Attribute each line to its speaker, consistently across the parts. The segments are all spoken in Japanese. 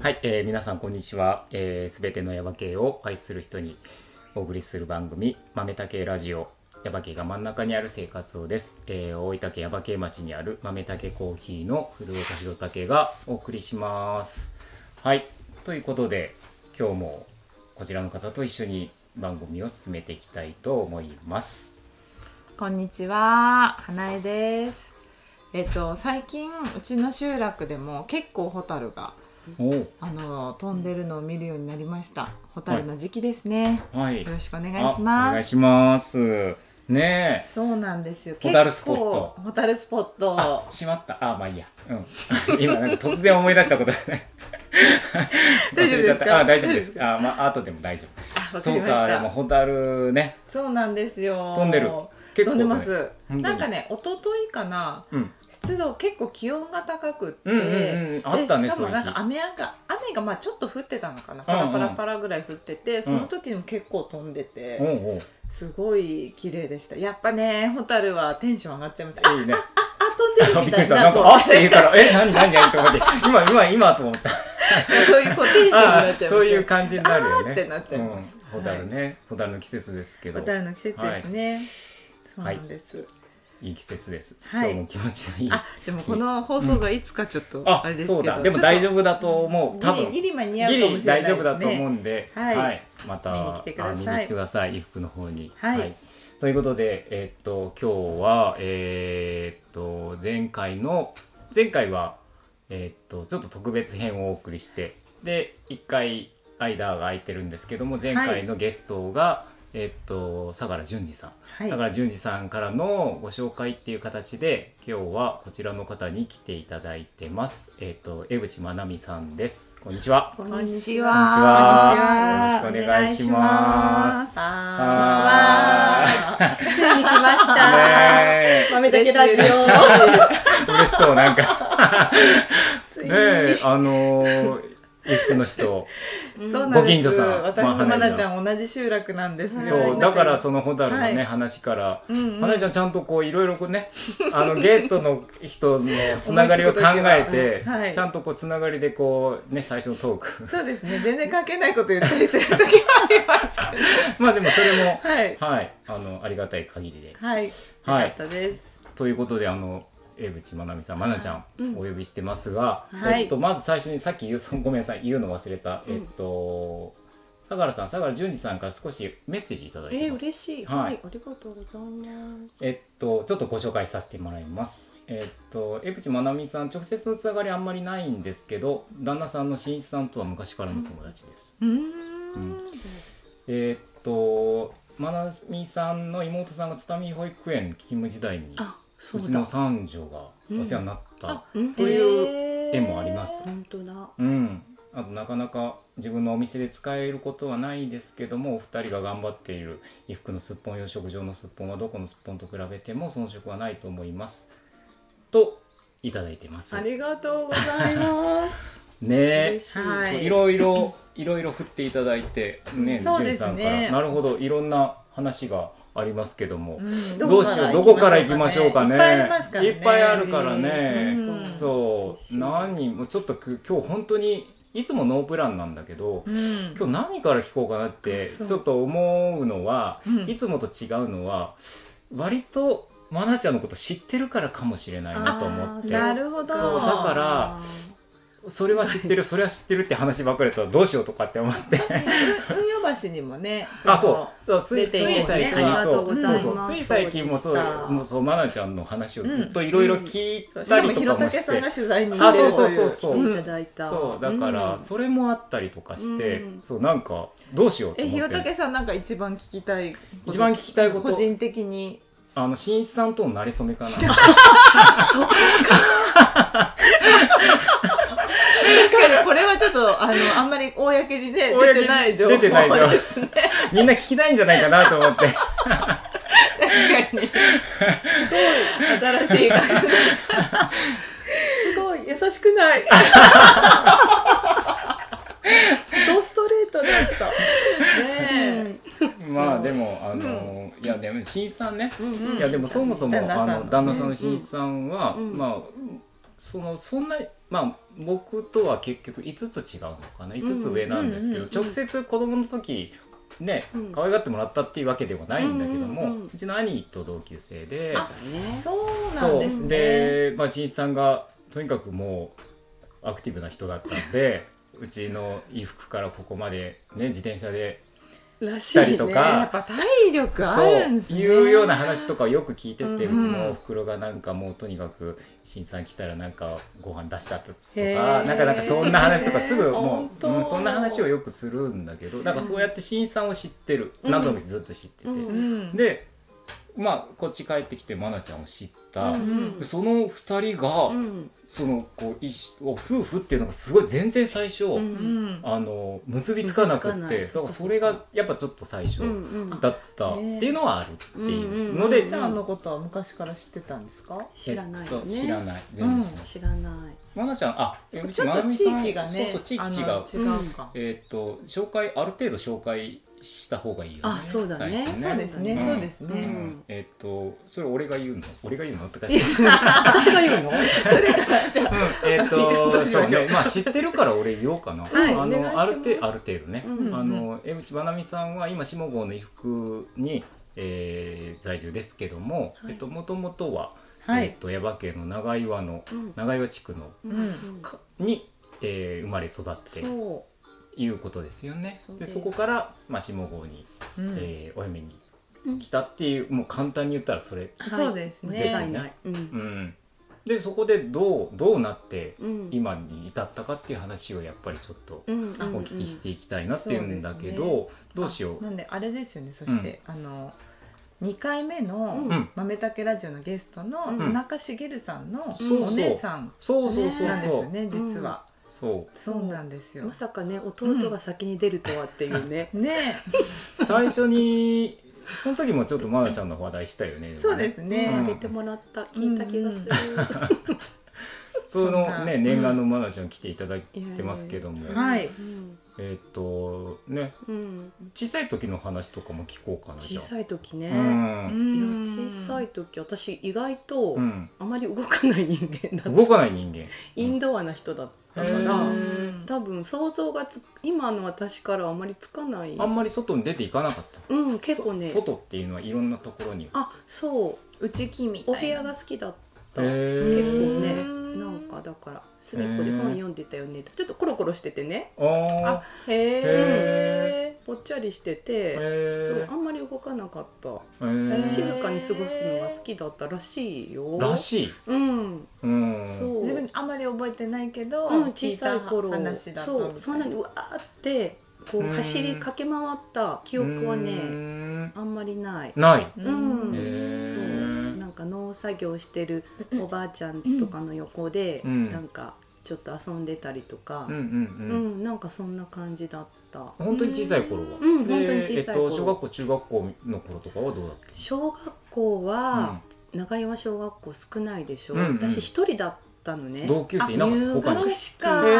Speaker 1: はい、えー皆さんこんにちは。す、え、べ、全てのヤバ系を愛する人にお送りする番組、豆竹ラジオ、ヤバ系が真ん中にある生活をです。えー大分県ヤバ系町にある豆竹コーヒーの古岡弘武がお送りします。はい、ということで、今日もこちらの方と一緒に番組を進めていきたいと思います。
Speaker 2: こんにちは、花江です。えっと最近うちの集落でも結構ホタルが
Speaker 1: おー
Speaker 2: あの飛んでるのを見るようになりました。ホタルの時期ですね。
Speaker 1: はい。
Speaker 2: よろしくお願
Speaker 1: あ
Speaker 2: いし
Speaker 1: お願
Speaker 2: ま
Speaker 1: い
Speaker 2: す。
Speaker 1: します。ねえ。
Speaker 2: そうなんですよ。
Speaker 1: ホタルスポット
Speaker 2: 結構。ホタルスポット。
Speaker 1: しまった。あ、まあいいや。うん。 今なんか突然思い出したことがない。
Speaker 2: 大丈
Speaker 1: 忘
Speaker 2: 夫ですか
Speaker 1: れちゃったあ、大丈夫です。あ、まあ後でも大丈夫。
Speaker 2: あ、わか
Speaker 1: そう
Speaker 2: りまし
Speaker 1: か、でも
Speaker 2: た。
Speaker 1: ホタルね。
Speaker 2: そうなんですよ。
Speaker 1: 飛んでる結
Speaker 2: 飛
Speaker 1: 構
Speaker 2: んでます。
Speaker 1: 本当に
Speaker 2: なんかね、一昨日かな、
Speaker 1: うん。
Speaker 2: 湿度結構気温が高くって、
Speaker 1: うんうんうんあったね
Speaker 2: でしか
Speaker 1: そうい
Speaker 2: も
Speaker 1: う日
Speaker 2: なんか雨が雨がまあちょっと降ってたのかな
Speaker 1: う
Speaker 2: パ
Speaker 1: んうん
Speaker 2: ラパラパラぐらい降ってて、その時にも結構飛んでて、
Speaker 1: おうおう。
Speaker 2: すごい綺麗でしたやっぱねホタルはテンション上がっちゃいましたあ
Speaker 1: いいね。
Speaker 2: あ飛んで
Speaker 1: あ
Speaker 2: る
Speaker 1: び
Speaker 2: み
Speaker 1: っく
Speaker 2: た
Speaker 1: り
Speaker 2: い
Speaker 1: し
Speaker 2: な
Speaker 1: た。なん
Speaker 2: と
Speaker 1: か、あ
Speaker 2: 思
Speaker 1: っ
Speaker 2: って
Speaker 1: 言うから、え、何、何、何と思って。今、今、今と思った。
Speaker 2: てそういうこうテンションになっちゃいます
Speaker 1: そういう感じになるよね。
Speaker 2: あーってなっちゃいます
Speaker 1: うんホタルね。ホタルの季節ですけど
Speaker 2: ホ。タルの季節ですね、そうなんです、
Speaker 1: いい季節です。今
Speaker 2: はい
Speaker 1: 日も気持ちのいい。
Speaker 2: あでもこの放送がいつかちょっと
Speaker 1: あ
Speaker 2: あれ、ですけど、
Speaker 1: そうだ。でも大丈
Speaker 2: 夫
Speaker 1: 夫だと思う。多分。
Speaker 2: ギリギリ間に合う
Speaker 1: ギ
Speaker 2: かも
Speaker 1: リ
Speaker 2: しれない
Speaker 1: 大
Speaker 2: ですね
Speaker 1: 丈夫だと思うんで、
Speaker 2: はい
Speaker 1: また
Speaker 2: 見に来てください
Speaker 1: あ見に来てください、衣服の方に。
Speaker 2: はい
Speaker 1: ということで、えっと今日はえーっと前回の前回はえっとちょっと特別編をお送りして、で一回間が空いてるんですけども、前回のゲストが、えっと相良淳二さん。
Speaker 2: はい
Speaker 1: だから淳二さんからのご紹介っていう形で今日はこちらの方に来ていただいてます。えっ、と江口まなみさんです。こんにちは。
Speaker 2: こ
Speaker 3: こ
Speaker 2: ん
Speaker 3: ん
Speaker 2: に
Speaker 3: に
Speaker 2: ち
Speaker 3: ち
Speaker 2: は
Speaker 3: は。
Speaker 1: よろしくお願いします
Speaker 3: こんに
Speaker 1: は
Speaker 2: わー
Speaker 3: ちはついに来まし
Speaker 1: ね
Speaker 3: た。
Speaker 1: え
Speaker 3: 豆だけラジオ。
Speaker 1: 嬉しそうなんか
Speaker 3: つ
Speaker 1: ね
Speaker 3: いに
Speaker 1: えあの ー、衣服の人。
Speaker 3: うん
Speaker 2: そうなん
Speaker 1: ご近
Speaker 2: で
Speaker 1: 所
Speaker 2: す。
Speaker 1: さん
Speaker 2: 私とまなちゃん同じ集落なんですよ。
Speaker 1: そうだからそのホタルのね、
Speaker 2: はい
Speaker 1: 話から。
Speaker 2: うんうん
Speaker 1: 花江ちゃんちゃんとこういろいろこうね あのゲストの人のつながりを考え
Speaker 2: 思いつく時
Speaker 1: て、
Speaker 2: ははい
Speaker 1: ちゃんとこうつながりでこうね最初のトーク
Speaker 2: そうですね。全然関係ないこと言ったりする時もありますけ
Speaker 1: まあでもそれも
Speaker 2: ど。はい。
Speaker 1: はいあのありがたい限りで
Speaker 2: はい。
Speaker 1: はい
Speaker 2: よかったです。
Speaker 1: ということであの江口まなみさんまなちゃん、お呼びしてますが、
Speaker 2: はい
Speaker 1: えっと、まず最初にさっき言うそうごめんなさい言うの忘れた、
Speaker 3: うん
Speaker 1: えっと相良さん相良淳二さんから少しメッセージいただいて
Speaker 3: えー、
Speaker 1: ます、
Speaker 3: 嬉しい。
Speaker 1: はい
Speaker 3: はい、ありがとうございます。
Speaker 1: えっとちょっとご紹介させてもらいますえっと江口まなみさん直接のつながりあんまりないんですけど旦那さんの新一さんとは昔からの友達です、
Speaker 2: うー
Speaker 1: うん
Speaker 2: ん。
Speaker 1: えーっとまなみさんの妹さんが津民保育園勤務時代に
Speaker 3: あ、そううだ。
Speaker 1: ちの三女がお世話になった、
Speaker 3: うん
Speaker 1: という絵もあります
Speaker 3: 本当だ。
Speaker 1: うん、あとなかなか自分のお店で使えることはないですけどもお二人が頑張っている衣服のすっぽん養殖場のすっぽんはどこのすっぽんと比べても遜色はないと思いますといただいてます
Speaker 3: あ
Speaker 1: ね
Speaker 3: りがとうございます。
Speaker 1: え
Speaker 3: 嬉しい
Speaker 2: は
Speaker 1: そう
Speaker 2: い。
Speaker 1: いろいろいろいろ振っていただいてね
Speaker 2: そうですね
Speaker 1: ジュンさんからなるほどいろんな話がありますけども、
Speaker 2: うん
Speaker 1: どうしようどこから行きましょうかね
Speaker 2: いっぱいありますからね。
Speaker 1: いっぱいあるからね、
Speaker 2: うん
Speaker 1: そう何人もちょっとく今日本当にいつもノープランなんだけど、
Speaker 2: うん。
Speaker 1: 今日何から聞こうかなって
Speaker 3: そう
Speaker 1: ちょっと思うのは、
Speaker 2: うん
Speaker 1: いつもと違うのは割とマナちゃんのこと知ってるからかもしれないなと思っ
Speaker 3: 日
Speaker 1: て
Speaker 3: あ
Speaker 2: なるほど。
Speaker 1: そうだか
Speaker 3: あ
Speaker 1: らそれは知ってるそれは知ってるって話ばっかりだとどうしようとかって思って
Speaker 2: う運用橋にもね。
Speaker 1: あそうそうつい
Speaker 2: 出
Speaker 1: つ
Speaker 2: ていま
Speaker 1: い
Speaker 2: す
Speaker 1: 最
Speaker 2: ね
Speaker 1: 近
Speaker 2: あり
Speaker 3: が
Speaker 1: そ
Speaker 3: とうご
Speaker 1: う
Speaker 2: ざい
Speaker 1: そう
Speaker 2: ます
Speaker 1: そうつい最近もそ
Speaker 3: そうでした
Speaker 1: うもうそうマナちゃんの話をずっといろいろ聞い
Speaker 2: そう。したかも
Speaker 1: りとか
Speaker 2: 広
Speaker 1: も
Speaker 2: 竹
Speaker 1: し
Speaker 2: さん
Speaker 1: て
Speaker 2: が取材に
Speaker 1: あ
Speaker 2: 来て
Speaker 1: そう
Speaker 2: ると
Speaker 1: そ
Speaker 2: いう
Speaker 1: そう
Speaker 2: う。
Speaker 1: そうう、
Speaker 3: んいただいた。
Speaker 1: そうだから
Speaker 3: ん
Speaker 1: それもあったりとかして、
Speaker 3: うん
Speaker 1: そうなんかどうしようと
Speaker 2: え、
Speaker 1: 思
Speaker 2: ひろ
Speaker 1: ったて
Speaker 2: けさんなんか一番聞きたいこと。
Speaker 1: 一番聞きたいこと
Speaker 2: 個人的に。
Speaker 1: あの新一さんとの馴れ初めかな
Speaker 2: 確かにこれはちょっとあのあんまり公にね
Speaker 1: 公に
Speaker 2: 出てない情報
Speaker 1: 出てない情報
Speaker 2: ですね。
Speaker 1: みんな聞きたいんじゃないかなと思って
Speaker 2: 確かにすごい新しい感じ。
Speaker 3: すごい優しくない。ドストレートだった。
Speaker 2: ね。
Speaker 1: まあでもあの、いやでも新一さんね、
Speaker 3: うん
Speaker 2: うん
Speaker 1: いやでもそもそも
Speaker 2: 旦那さん
Speaker 1: あ
Speaker 2: の
Speaker 1: の旦那さんの新一さんは、
Speaker 3: うんうん
Speaker 1: まあそのそんなまあ僕とは結局5つ違うのかな5つ上なんですけど、
Speaker 2: うんうんうんうん
Speaker 1: 直接子供の時ね、
Speaker 3: うん
Speaker 1: 可愛がってもらったっていうわけではないんだけども、う
Speaker 3: うんうんうん
Speaker 1: ちの兄と同級生で
Speaker 2: あ
Speaker 3: ね
Speaker 2: そうな
Speaker 1: そ
Speaker 2: ん
Speaker 1: う
Speaker 2: ですね。
Speaker 1: でまあ、新一さんがとにかくもうアクティブな人だったんでうちの衣服からここまで、ね、自転車で
Speaker 3: らし
Speaker 1: した
Speaker 3: い
Speaker 1: り
Speaker 3: ね
Speaker 1: と
Speaker 2: や
Speaker 1: か
Speaker 2: っぱ体力あるんですね。
Speaker 1: そういうような話とかをよく聞いてて、う
Speaker 3: うんうん
Speaker 1: ちのおふくろがなんかもうとにかく新さん来たらなんかご飯出したとか
Speaker 3: へー
Speaker 1: なんかなんかそんな話とかす ぐも
Speaker 3: 本
Speaker 1: う、
Speaker 3: 当
Speaker 1: うん、そんな話をよくするんだけどなんかそうやって新さんを知ってる、
Speaker 3: うん
Speaker 1: なんとなくずっと知ってて、
Speaker 3: うん
Speaker 2: うん。
Speaker 1: でまあこっち帰ってきて愛菜ちゃんを知った、
Speaker 3: うんうん
Speaker 1: その2人が、
Speaker 3: うん
Speaker 1: そのこう一緒夫婦っていうのがすごい全然最初、
Speaker 3: う
Speaker 2: う
Speaker 3: ん
Speaker 2: ん。
Speaker 1: あの結びつかなくっ
Speaker 3: 結びつかない
Speaker 1: てだからそれがやっぱちょっと最初。
Speaker 3: うんうん
Speaker 1: だったっていうのはあるっていうの
Speaker 3: う
Speaker 1: で、
Speaker 3: ん
Speaker 2: ちゃんのことは昔から知ってたんですか？
Speaker 3: 知らないよ
Speaker 1: えっと
Speaker 3: ね
Speaker 1: 知らない全然知らない
Speaker 3: 知らない
Speaker 1: まなちゃんあ
Speaker 2: ち
Speaker 1: え
Speaker 2: ょっ
Speaker 1: う
Speaker 2: と
Speaker 1: ちまなみ
Speaker 2: 地
Speaker 1: さん
Speaker 2: 域がね、
Speaker 1: そうそう地
Speaker 2: あ
Speaker 1: 域違う
Speaker 2: の違うか。
Speaker 1: えっと紹介ある程度紹介した方がいいよね
Speaker 3: あそうだね
Speaker 1: 最初
Speaker 2: そうですね、
Speaker 1: うん
Speaker 2: そうです
Speaker 1: う
Speaker 2: ね。
Speaker 1: んえっとそれ俺が言うの俺が言うのって感じ
Speaker 3: 私が言うの
Speaker 1: うんえっ
Speaker 2: ど
Speaker 1: と
Speaker 2: うしま
Speaker 1: そう
Speaker 2: しょう
Speaker 1: ねまあ知ってるから俺言おうかな
Speaker 3: はい
Speaker 1: あ
Speaker 3: お願いします
Speaker 1: のある程度ある程度ね
Speaker 3: うん
Speaker 1: あの江口まなみさんは今下郷の衣服にえー在住ですけども
Speaker 3: はい
Speaker 1: えっともともとは
Speaker 2: は
Speaker 1: えっ
Speaker 2: い。
Speaker 1: と耶馬渓の長岩の
Speaker 3: うん
Speaker 1: 長岩地区の
Speaker 2: うん
Speaker 1: かに、えー生まれ育って
Speaker 3: そ
Speaker 1: いうことですよね
Speaker 3: そう
Speaker 1: で
Speaker 3: です
Speaker 1: そこから、まあ、下郷に、
Speaker 2: うん
Speaker 1: えーお嫁に
Speaker 3: うん
Speaker 1: 来たっていうもう簡単に言ったらそれ、
Speaker 3: う
Speaker 2: そうですね
Speaker 3: 間違いないうん
Speaker 1: うん、でそこでどうどうなって
Speaker 3: うん
Speaker 1: 今に至ったかっていう話をやっぱりちょっと
Speaker 3: うん
Speaker 1: お聞きしていきたいなっていうんだけど、
Speaker 2: うんうん
Speaker 1: どうしよ
Speaker 2: あなんであれですよね。そして、あの二回目
Speaker 1: う、
Speaker 2: の
Speaker 1: う。ん、
Speaker 2: 豆竹ラジオのゲストの
Speaker 3: うん
Speaker 2: 田中茂さんの
Speaker 1: そうそう
Speaker 2: お姉さん
Speaker 1: そうそうそう
Speaker 2: なんです
Speaker 1: そう、
Speaker 2: よね、
Speaker 3: そうそう
Speaker 2: 実は、
Speaker 1: そ
Speaker 2: そうなんですよ
Speaker 3: ま。さかね弟が先に出るとはっていうね
Speaker 2: ね、
Speaker 1: う最初にその時もちょっとまなちゃんの話題したよねも
Speaker 2: そうですね。
Speaker 1: うん
Speaker 3: あげてもらった聞いた気がする
Speaker 1: そ
Speaker 2: そん
Speaker 1: の
Speaker 2: な
Speaker 1: ね
Speaker 2: うん
Speaker 1: 念願のまなちゃん来ていただいてますけども、
Speaker 3: やや
Speaker 2: はい
Speaker 3: うん
Speaker 1: えーっとね
Speaker 3: うん
Speaker 1: 小さい時の話とかも聞こうかな
Speaker 3: 小
Speaker 1: じゃ
Speaker 3: さい時ね
Speaker 1: あ。うん
Speaker 3: いや
Speaker 2: ん
Speaker 3: 小さい時私意外と
Speaker 1: うん
Speaker 3: あまり動かない人間だった
Speaker 1: 動かない人間
Speaker 3: インドアな人だったか
Speaker 1: へ
Speaker 3: ら
Speaker 1: ー
Speaker 3: 多分想像がつ今の私からはあまりつかない
Speaker 1: あんまり外に出ていかなかった
Speaker 3: うん結構ね
Speaker 1: そ外っていうのはいろんなところに
Speaker 3: あそう
Speaker 2: うちきみたい
Speaker 3: お
Speaker 2: な
Speaker 3: 部屋が好きだった
Speaker 1: 結
Speaker 3: 結構ね
Speaker 2: うん
Speaker 3: なんかだから隅っこで本読んでたよねちょっとコロコロしててね
Speaker 1: あ
Speaker 2: あへ
Speaker 1: へ
Speaker 3: ぽっちゃりして
Speaker 1: ー
Speaker 3: てそう
Speaker 1: へ
Speaker 3: あんまり動かなかった
Speaker 1: ー
Speaker 2: ー
Speaker 1: へ
Speaker 3: 静
Speaker 1: ー
Speaker 3: かに過ごすのが好きだったらしいよ
Speaker 1: らしい
Speaker 3: うん
Speaker 1: うん
Speaker 3: そう
Speaker 2: 自分あまり覚えてないけど、
Speaker 3: うん、小さい頃
Speaker 2: 聞た話だったみたい
Speaker 3: そうそんなにうわーってこう
Speaker 1: うん
Speaker 3: 走り駆け回った記憶は
Speaker 1: う
Speaker 3: ね
Speaker 1: ん
Speaker 3: あんまりない。
Speaker 1: ない
Speaker 3: うん
Speaker 1: へ
Speaker 3: そ
Speaker 1: ー
Speaker 3: うなんか農作業してるおばあちゃんとかの横で、
Speaker 1: うん
Speaker 3: なんかちょっと遊んでたりとか
Speaker 1: うん、う
Speaker 3: う
Speaker 1: んんうん
Speaker 3: なんかそんな感じだった
Speaker 1: 本当に小さい頃は
Speaker 3: うん
Speaker 1: で
Speaker 3: 本当に小さい頃
Speaker 1: えっと小学校中学校の頃とかはどうだっ
Speaker 3: 小学校は、
Speaker 1: た
Speaker 3: 長岩小学校少ないでしょ、
Speaker 1: うんうん
Speaker 3: 私一人だったのね
Speaker 1: 同級生いなかった
Speaker 3: あ
Speaker 1: 他に
Speaker 2: そうか、
Speaker 1: へ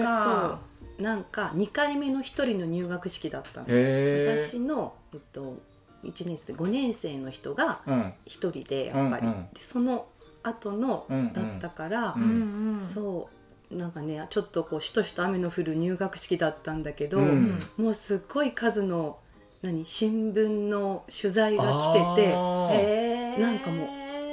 Speaker 1: ー
Speaker 2: そうか
Speaker 3: なんか2回目の一人の入学式だったの
Speaker 1: へえ
Speaker 3: 私の、えっと、1年生5年生の人が
Speaker 1: うん
Speaker 3: 一人でやっぱり、
Speaker 1: うんうん
Speaker 3: でその後の
Speaker 1: うんうん
Speaker 3: だったから、
Speaker 1: うん
Speaker 2: ん
Speaker 3: そうなんかねちょっとこうしとしと雨の降る入学式だったんだけど、
Speaker 1: うん
Speaker 3: もうすっごい数の何新聞の取材が来てて
Speaker 1: あー
Speaker 2: へー
Speaker 3: なんかも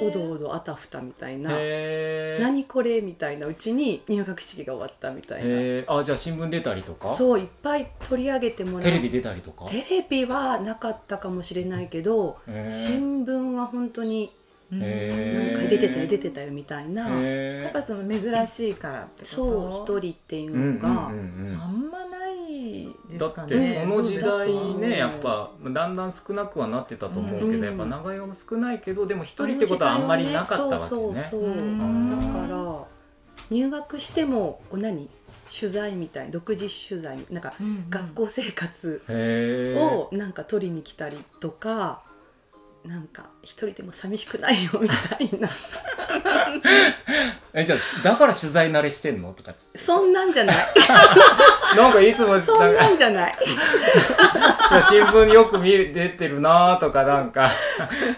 Speaker 3: おどおどあたふたみたいな
Speaker 1: へー
Speaker 3: 何これみたいなうちに入学式が終わったみたいな
Speaker 1: へーあじゃあ新聞出たりとか
Speaker 3: そういっぱい取り上げてもらう
Speaker 1: テレビ出たりとか
Speaker 3: テレビはなかったかもしれないけど
Speaker 1: へー
Speaker 3: 新聞は本当に
Speaker 2: うん
Speaker 1: へ
Speaker 3: なん
Speaker 1: ー
Speaker 3: か出てたよ出てたよみたいな
Speaker 2: やっ
Speaker 1: へ
Speaker 2: ぱその珍しいからってこと
Speaker 3: そう一人ってい
Speaker 1: ー
Speaker 3: うのが
Speaker 1: うんうんうんうん
Speaker 2: あんまないです
Speaker 1: だ
Speaker 2: かね
Speaker 1: ってその時代
Speaker 2: どうだっ
Speaker 1: ねやっぱだんだん少なくはなってたと思うけど、
Speaker 3: うん
Speaker 1: やっぱ長屋も少ないけどでも一人ってことはあんまりなかったわけ
Speaker 3: そう
Speaker 1: ね
Speaker 3: そうそううんだから入学してもこう何取材みたい独自取材なんか
Speaker 2: たうんうん
Speaker 3: 学校生活
Speaker 1: へー
Speaker 3: をなんか取りに来たりとか、なんか一人でも寂しくないよみたいな
Speaker 1: えじゃあだから取材慣れしてんのとかっつって
Speaker 3: そんなんじゃない。
Speaker 1: なんかいつも
Speaker 3: そん
Speaker 1: な
Speaker 3: なんんじゃない。
Speaker 1: か新聞よく見る出てるなとかなん か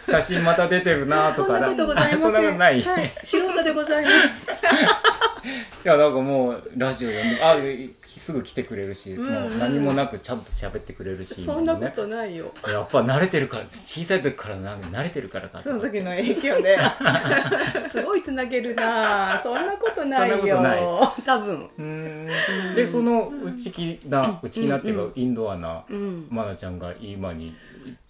Speaker 1: 写真また出てるなと
Speaker 3: そん
Speaker 1: か
Speaker 3: なことございません。
Speaker 1: そんなことない、、
Speaker 3: はいい、素人でございます。
Speaker 1: やなんかもうラジオでもあすぐ来てくれるし、
Speaker 2: うんうん
Speaker 1: もう何もなくちゃんと喋ってくれるし
Speaker 3: そんなこ
Speaker 1: ね
Speaker 3: とないよ。
Speaker 1: やっぱ慣れてるから小さい時からなんか慣れてるからか
Speaker 2: その時の影響で
Speaker 3: すごいつなげるなあ。そんなことない
Speaker 1: そんな
Speaker 3: よ。
Speaker 1: こ
Speaker 3: 多分。
Speaker 1: うーんでその内気な内気なっていうかインドアな
Speaker 3: うん。
Speaker 1: 愛菜ちゃんが今に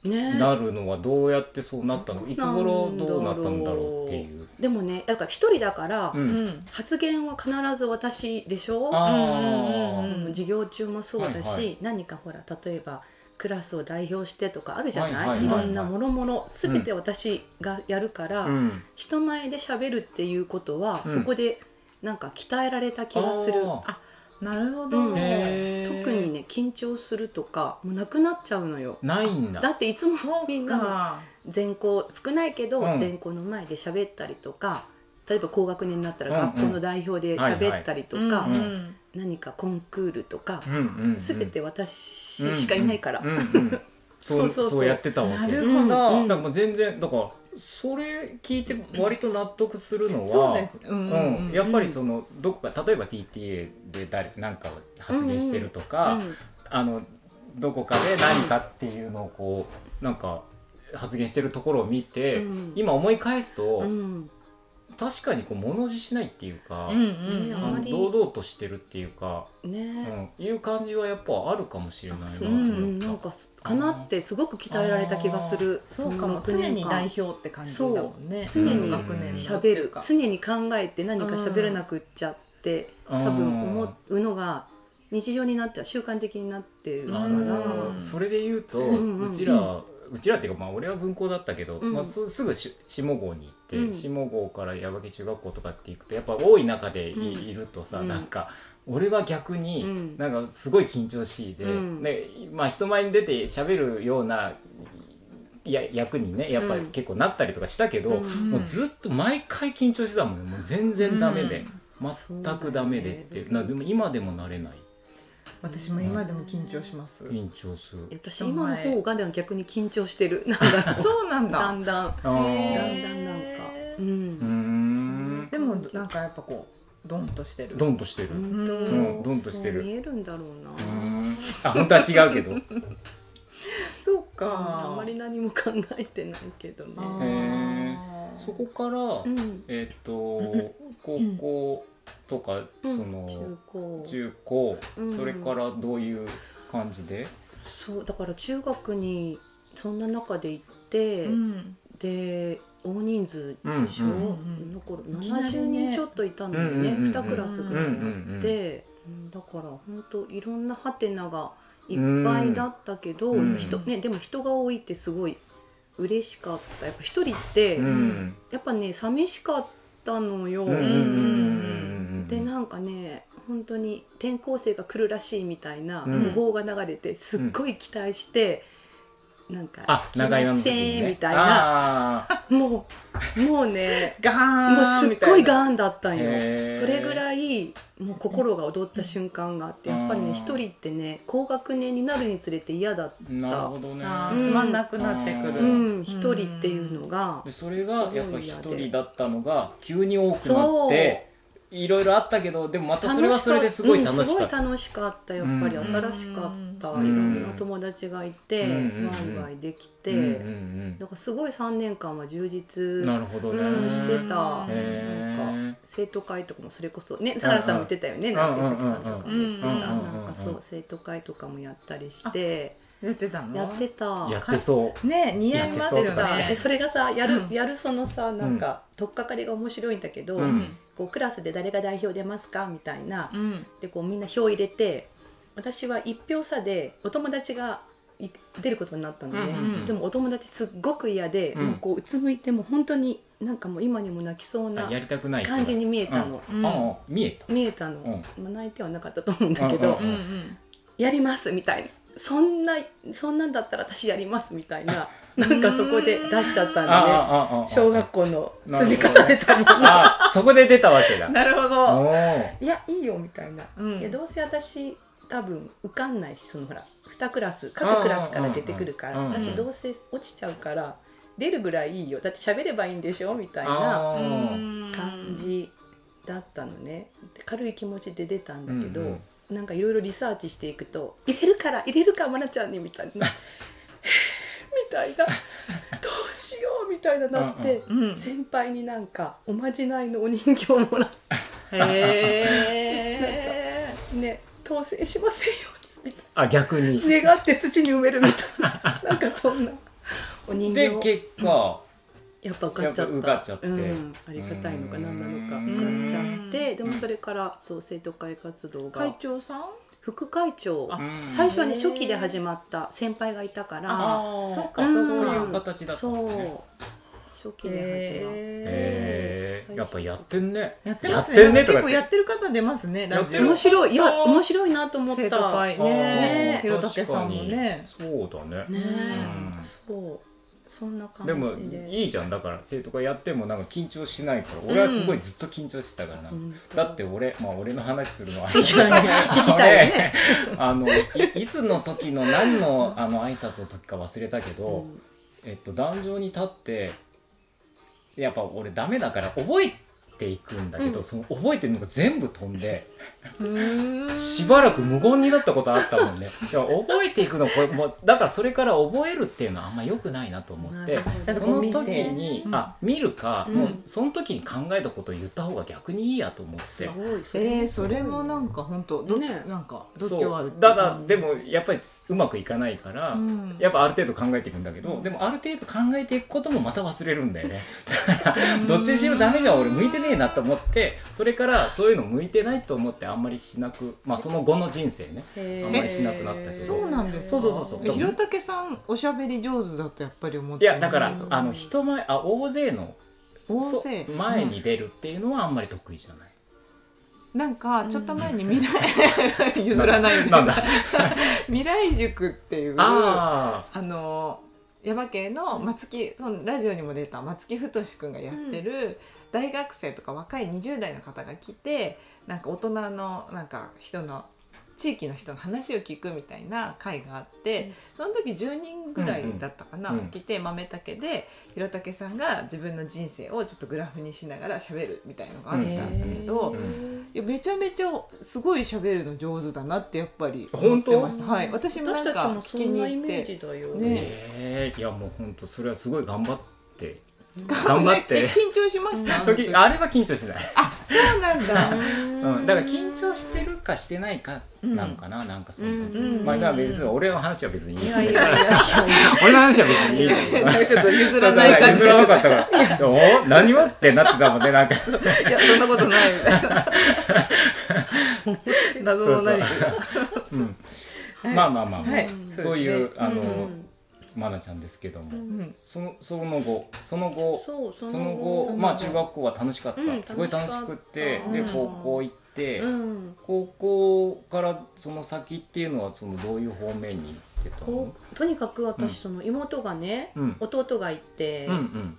Speaker 3: ね。
Speaker 1: なるのはどうやってそうなったのいつ頃どうなったんだろうっていう。
Speaker 3: でもね、だから一人だから、
Speaker 1: う、
Speaker 2: うんん
Speaker 3: 発言は必ず私でしょ。
Speaker 1: あ
Speaker 2: うん
Speaker 3: そ
Speaker 2: うんうん
Speaker 3: の授業中もそうだし、
Speaker 1: はいはい
Speaker 3: 何かほら例ええばクラスを代表してとかあるじゃない,、
Speaker 1: はい
Speaker 3: い
Speaker 1: はいはいはい
Speaker 3: ろんなもろもろ全て私がやるから、
Speaker 1: あ、うん、
Speaker 3: 人前で喋るっていうことは、
Speaker 1: うん
Speaker 3: そこでなんか鍛えられた気がする
Speaker 1: あー
Speaker 2: なるほど、
Speaker 3: うん
Speaker 1: へー
Speaker 3: 特にね緊張するとかもうなくなっちゃうのよ
Speaker 1: ないんだ。
Speaker 3: だっていつも
Speaker 2: そう
Speaker 3: みんな
Speaker 2: か
Speaker 3: 全校少ないけど、
Speaker 1: うん
Speaker 3: 全校の前で喋ったりとか例えば高学年になったら
Speaker 1: うんうん
Speaker 3: 学校の代表で喋ったりとか、
Speaker 2: うんうん
Speaker 3: 何かコンクールとか
Speaker 1: う、んうんうん、
Speaker 3: 全て私しかいないから、
Speaker 1: うんうん、そう
Speaker 3: そうそうそう
Speaker 1: そうやってたわ
Speaker 2: な
Speaker 1: け。
Speaker 2: る
Speaker 1: だ
Speaker 2: ほど、
Speaker 3: うん
Speaker 1: からもう全然だからそれ聞いて割と納得するのは。
Speaker 2: そうです、うんうん
Speaker 1: うん、やっぱりそのどこか例えば PTA で誰なんかを発言してるとか、
Speaker 3: うん
Speaker 1: あのどこかで何かっていうのをこうなんか発言してるところを見て、
Speaker 3: うん
Speaker 1: 今思い返すと、
Speaker 3: うん
Speaker 1: 確かにこう物おじしないっていうか、
Speaker 2: うんうん
Speaker 3: ね
Speaker 1: あ
Speaker 3: あま
Speaker 1: の
Speaker 3: り
Speaker 1: 堂々としてるっていうか、う
Speaker 3: ね
Speaker 1: ん、いう感じはやっぱあるかもしれないなと
Speaker 3: う
Speaker 2: うん
Speaker 1: 思
Speaker 3: うん、
Speaker 1: った
Speaker 3: なんかすかなってすごく鍛えられた気がする
Speaker 2: そうかも
Speaker 3: の
Speaker 2: 常に
Speaker 3: 6年間
Speaker 2: 代表って感じだもんね
Speaker 3: そう
Speaker 1: 常に
Speaker 2: その学年の
Speaker 3: 喋る
Speaker 2: か
Speaker 3: 常に考えて何か喋らなくっちゃって
Speaker 1: うん
Speaker 3: 多分思うのが日常になっちゃう習慣的になってるか
Speaker 1: あ
Speaker 3: ら、
Speaker 1: の
Speaker 2: うん
Speaker 1: それで言うと、う
Speaker 3: うんうん
Speaker 1: ちらうちらっていうか、まあ、俺は文校だったけど、
Speaker 3: うん
Speaker 1: まあ、そうすぐし下郷に行って、
Speaker 3: うん
Speaker 1: 下郷から矢吹中学校とかって行くとやっぱ多い中でい,、
Speaker 3: うん
Speaker 1: るとさ
Speaker 3: うん
Speaker 1: なんか。俺は逆
Speaker 3: う
Speaker 1: に
Speaker 3: ん
Speaker 1: なんかすごい緊張しいで,、
Speaker 3: うん
Speaker 1: でまあ、人前に出て喋るようないや役にねやっぱり
Speaker 3: うん
Speaker 1: 結構なったりとかしたけど、
Speaker 3: うん
Speaker 1: もうずっと毎回緊張してたもんねもう全然ダメで、全くダメでって、
Speaker 3: そうだよね
Speaker 1: なでも今でもなれない
Speaker 2: 私も今でも緊張します、
Speaker 1: 緊張する。
Speaker 3: 私今の方が逆に緊張し てるなんだろう
Speaker 2: そうなんだ
Speaker 3: だんだん
Speaker 1: あー
Speaker 3: だ
Speaker 2: へー
Speaker 3: んだんなんかう
Speaker 1: うー
Speaker 3: ん、
Speaker 1: ん。
Speaker 2: でもなんかやっぱこうドンとしてる
Speaker 1: ドンとしてる。
Speaker 3: う
Speaker 1: うん
Speaker 3: と
Speaker 1: うんどんとしてる
Speaker 3: そう見えるんだろうな、
Speaker 1: ーんあ、本当は違うけど。
Speaker 2: そう
Speaker 3: あ
Speaker 2: か
Speaker 3: んまり何も考えてないけどね
Speaker 2: あー
Speaker 1: そこから
Speaker 3: う、ん
Speaker 1: えっと、高校とか、そ
Speaker 3: うん
Speaker 1: の
Speaker 3: 中。高
Speaker 1: 中高
Speaker 3: うん、
Speaker 1: それからどういう感じで。
Speaker 3: そうだから中学にそんな中で行って、
Speaker 2: うん
Speaker 3: で大人数でしょ、
Speaker 1: う
Speaker 3: うん
Speaker 1: うん
Speaker 2: うんうん
Speaker 3: の頃
Speaker 2: いきなりね
Speaker 3: 70人ちょっといたのよね
Speaker 1: うんうんうん
Speaker 3: 2クラスぐらいあって、
Speaker 1: うんうんうん
Speaker 3: うんだから本当いろんなハテナがいっぱいだったけど、
Speaker 1: うん
Speaker 3: 人ね、でも人が多いってすごい嬉しかったやっぱ一人って、
Speaker 1: うん。
Speaker 3: やっぱね寂しかったのよ。
Speaker 1: うんうんうんうん
Speaker 3: でなんかね本当に転校生が来るらしいみたいな
Speaker 1: う
Speaker 3: 予
Speaker 1: ん
Speaker 3: 報が流れてすっごい期待して、なんか
Speaker 1: あ、
Speaker 3: 来
Speaker 1: 長
Speaker 3: ま
Speaker 1: いの時
Speaker 3: せ
Speaker 1: に
Speaker 3: ん
Speaker 1: ね
Speaker 3: みたいな
Speaker 1: あー
Speaker 3: もうもうね
Speaker 2: ガ
Speaker 3: もう
Speaker 2: ーン
Speaker 3: す
Speaker 2: み
Speaker 3: った
Speaker 2: いな
Speaker 3: ごいガーンだったんよ
Speaker 1: へー
Speaker 3: それぐらいもう心が踊った瞬間があってやっぱり
Speaker 1: うん
Speaker 3: ね一人ってね高学年になるにつれて嫌だった
Speaker 1: なるほどね。
Speaker 2: あ
Speaker 3: う
Speaker 2: ー
Speaker 3: ん
Speaker 2: つまんなくなってくる、
Speaker 1: う
Speaker 3: うん一人っていうのが
Speaker 1: でそれがやっぱ一人だったのが急に多くなっ
Speaker 3: そう
Speaker 1: ていろいろあったけどでもまたそれはそれですごい楽しかった。
Speaker 3: うんすごい楽しかったやっぱり
Speaker 1: うん
Speaker 3: 新しかった、
Speaker 1: うん
Speaker 3: いろんな友達がいて、
Speaker 1: うん
Speaker 3: ワイワイできて、
Speaker 1: うんうん
Speaker 3: だからすごい3年間は充
Speaker 1: う
Speaker 3: 実
Speaker 1: ん、なるほどね。
Speaker 3: うん、してたなん
Speaker 1: へー
Speaker 3: か生徒会とかもそれこそねサラさんも言ってたよね
Speaker 1: うん
Speaker 3: なんかさんとかも言ってた
Speaker 2: うん
Speaker 3: なんかそ
Speaker 1: うん
Speaker 3: う生徒会とかもやったりして
Speaker 2: やってたの
Speaker 3: やってた。
Speaker 1: やってそ
Speaker 2: ね似合いますよ
Speaker 1: や
Speaker 3: で
Speaker 2: ね
Speaker 3: それがさやる
Speaker 2: うん
Speaker 3: やるそのさなんか取っかかりが面白いんだけど、
Speaker 1: ううん
Speaker 3: こうクラスで誰が代表出ますかみたいな
Speaker 2: うんうん
Speaker 3: でこうみんな票入れて私は1票差でお友達がい出ることになったのね、
Speaker 1: うん
Speaker 2: うん
Speaker 3: でもお友達すっごく嫌で、
Speaker 1: うん
Speaker 3: もうこううつむいてもう本当になんかもう今にも泣きそう
Speaker 1: う。
Speaker 3: な
Speaker 1: あやりたくない人だ
Speaker 3: 感じに見えたの、
Speaker 2: うん
Speaker 1: ああ見えた。
Speaker 3: 見えたの、
Speaker 1: うん
Speaker 3: まあ泣いてはなかったと思うんだけど、
Speaker 1: うん
Speaker 2: うんうん
Speaker 3: やりますみたいなそんなそんなんだったら私やりますみたいななんかそこで出しちゃっ
Speaker 1: あ
Speaker 3: たんでね
Speaker 1: あああ
Speaker 3: 小学校の積み重ねたもの
Speaker 1: あそこで出たわけだ
Speaker 2: なるほ
Speaker 1: お
Speaker 2: ど。
Speaker 1: ー
Speaker 3: いやいいよみたいな、
Speaker 2: うん
Speaker 3: いやどうせ私多分受かんないしそのほら2クラス各クラスから出てくるか
Speaker 1: うん
Speaker 3: ら、
Speaker 1: うんうんうん
Speaker 3: 私どうせ落ちちゃうから出るぐらいいいよだって喋ればいいんでしょみたいな
Speaker 1: あー
Speaker 3: 感じだったのねで軽い気持ちで出たんだけど、
Speaker 1: うんうん
Speaker 3: なんかいろいろリサーチしていくと「入れるから入れるから愛菜ちゃんに」みたいな みたいなどうしようみたいななって、
Speaker 2: うんうんうん
Speaker 3: 先輩になんかおまじないのお人形をもらって。
Speaker 2: へえ。
Speaker 3: ね当選しませんように
Speaker 1: あ逆に
Speaker 3: みたいな願って土に埋めるみたいな なんかそんなお人
Speaker 1: で
Speaker 3: 形
Speaker 1: 結果
Speaker 3: やっぱ受かっちゃ
Speaker 1: やっ
Speaker 3: った
Speaker 1: ぱ受かっちゃって
Speaker 3: うん、ありがたいのか何なのか
Speaker 1: う
Speaker 2: ーん
Speaker 3: 受かっちゃってでもそれからそう生徒会活動
Speaker 2: 会
Speaker 3: が
Speaker 2: 長さん。
Speaker 3: 副会長
Speaker 2: あ
Speaker 1: うん
Speaker 3: 最初はね初期で始まった先輩がいたから
Speaker 1: あー
Speaker 2: そうか
Speaker 1: あ
Speaker 2: そう
Speaker 1: そう
Speaker 2: か
Speaker 1: いう形だったのね
Speaker 3: そう初期で始まった
Speaker 1: へえやっぱやってんね
Speaker 2: やってます
Speaker 1: やっ
Speaker 2: ね。
Speaker 1: てんねとか
Speaker 2: 結構やってる方出ますね。
Speaker 1: やっ
Speaker 2: ラジオ
Speaker 1: て
Speaker 3: 面
Speaker 1: る
Speaker 3: 白いいや面白いなと思っ
Speaker 2: 生徒
Speaker 3: た
Speaker 2: 会
Speaker 1: あ
Speaker 2: ね
Speaker 1: ー。
Speaker 2: ひろたけさんもね。
Speaker 1: 確かにそうだね
Speaker 3: ね
Speaker 1: うん
Speaker 3: そうそんな感
Speaker 1: で
Speaker 3: じ
Speaker 1: もいいじゃんだから生徒会やってもなんか緊張しないから俺はすごいずっと緊張してたからな、
Speaker 3: うん
Speaker 1: だって俺まあ俺の話するのはあれだけ
Speaker 3: い
Speaker 1: ど
Speaker 3: やいや聞きたい よね
Speaker 1: あのいいつの時の何のあの挨拶の時か忘れたけど、えっと壇上に立ってやっぱ俺ダメだから覚えていくんだけど、
Speaker 3: うん
Speaker 1: その覚えてるのが全部飛んで
Speaker 2: うーん
Speaker 1: しばらく無言になったことあったもんねいや覚えていくのこれもうだからそれから覚えるっていうのはあんま良くないなと思って
Speaker 3: なるほど
Speaker 1: その時に
Speaker 2: うん
Speaker 1: あ見るか、
Speaker 3: うん
Speaker 1: もうその時に考えたことを言った方が逆にいいやと思って
Speaker 3: すごい
Speaker 2: えー、それもなんか本当ど、
Speaker 3: ね
Speaker 2: なんか度
Speaker 1: そ
Speaker 2: 胸ある
Speaker 1: う
Speaker 2: っていうか
Speaker 1: ただでもやっぱりうまくいかないから、
Speaker 2: うん
Speaker 1: やっぱある程度考えていくんだけど、
Speaker 2: うん
Speaker 1: でもある程度考えていくこともまた忘れるんだよねだから
Speaker 2: うん
Speaker 1: どっちにしろダメじゃん俺向いてねえなと思ってそれからそういうの向いてないと思ってあんまりしなくまあその後の人生ねあんまりしなくなったけど
Speaker 2: そうなんです
Speaker 1: そうそうそうそう
Speaker 2: えひろたけさんおしゃべり上手だとやっぱり思っ
Speaker 1: い
Speaker 2: て
Speaker 1: やだから
Speaker 3: うん
Speaker 1: あの人前あ大勢の
Speaker 2: 大勢
Speaker 1: そ前に出るっていうのはあんまり得意じゃない、
Speaker 2: うんなんかちょっと前に未来 譲らないで
Speaker 1: なんだ
Speaker 2: 未来塾っていうあ
Speaker 1: あ
Speaker 2: のヤバ系の松木そのラジオにも出た松木太志くんがやってる大学生とか若い20代の方が来てなんか大人のなんか人の地域の人の話を聞くみたいな会があって、
Speaker 3: うん
Speaker 2: その時10人ぐらいだったかな、
Speaker 1: うんうん
Speaker 2: 来て豆竹でひろたけさんが自分の人生をちょっとグラフにしながら喋るみたいのがあったんだけど、
Speaker 1: うん
Speaker 2: いやめちゃめちゃすごい喋るの上手だなってやっぱり思っ
Speaker 1: 本当
Speaker 2: てました、はい、私もなんか
Speaker 3: 私たち
Speaker 2: 聞
Speaker 3: もそ
Speaker 2: き
Speaker 3: ん
Speaker 2: に
Speaker 3: なイ
Speaker 2: 行っ
Speaker 3: メー
Speaker 2: て
Speaker 3: ジだよ
Speaker 1: あ
Speaker 2: ね
Speaker 1: ええいやもうほんとそれはすごい頑張って頑張って
Speaker 2: え緊張しました
Speaker 1: 時
Speaker 2: 本当に
Speaker 1: あれは緊張してない
Speaker 2: そうなんだ
Speaker 1: う、
Speaker 3: うん
Speaker 1: だから緊張してるかしてないかなのかな、なんかその時、
Speaker 2: うん
Speaker 1: まあだから別に俺の話は別にいい
Speaker 3: いやいやいやいや
Speaker 1: 俺の話は別にいいんだけど
Speaker 2: なんかちょっと譲らない感
Speaker 1: 譲
Speaker 2: じで
Speaker 1: らなかったからお何もってなってたもんねなんか
Speaker 2: いやそんなことないみたいな 謎の何か
Speaker 1: うん、まあまあまあ、まあ
Speaker 2: はい
Speaker 1: そういうあの、
Speaker 3: うん
Speaker 1: まなちゃんですけども、
Speaker 2: うん
Speaker 1: そのその後その後
Speaker 3: そうそ
Speaker 1: そ
Speaker 3: の
Speaker 1: の後まあ中学校は楽しかった、
Speaker 3: うん
Speaker 1: すごい楽しくって
Speaker 3: 楽
Speaker 1: で
Speaker 2: しかった
Speaker 1: 高校行って、
Speaker 3: うん
Speaker 1: 高校からその先っていうのはそのどういう方面に行ってたの
Speaker 3: こうとにかく私その妹がね
Speaker 1: うん
Speaker 3: 弟がいて
Speaker 1: うんうん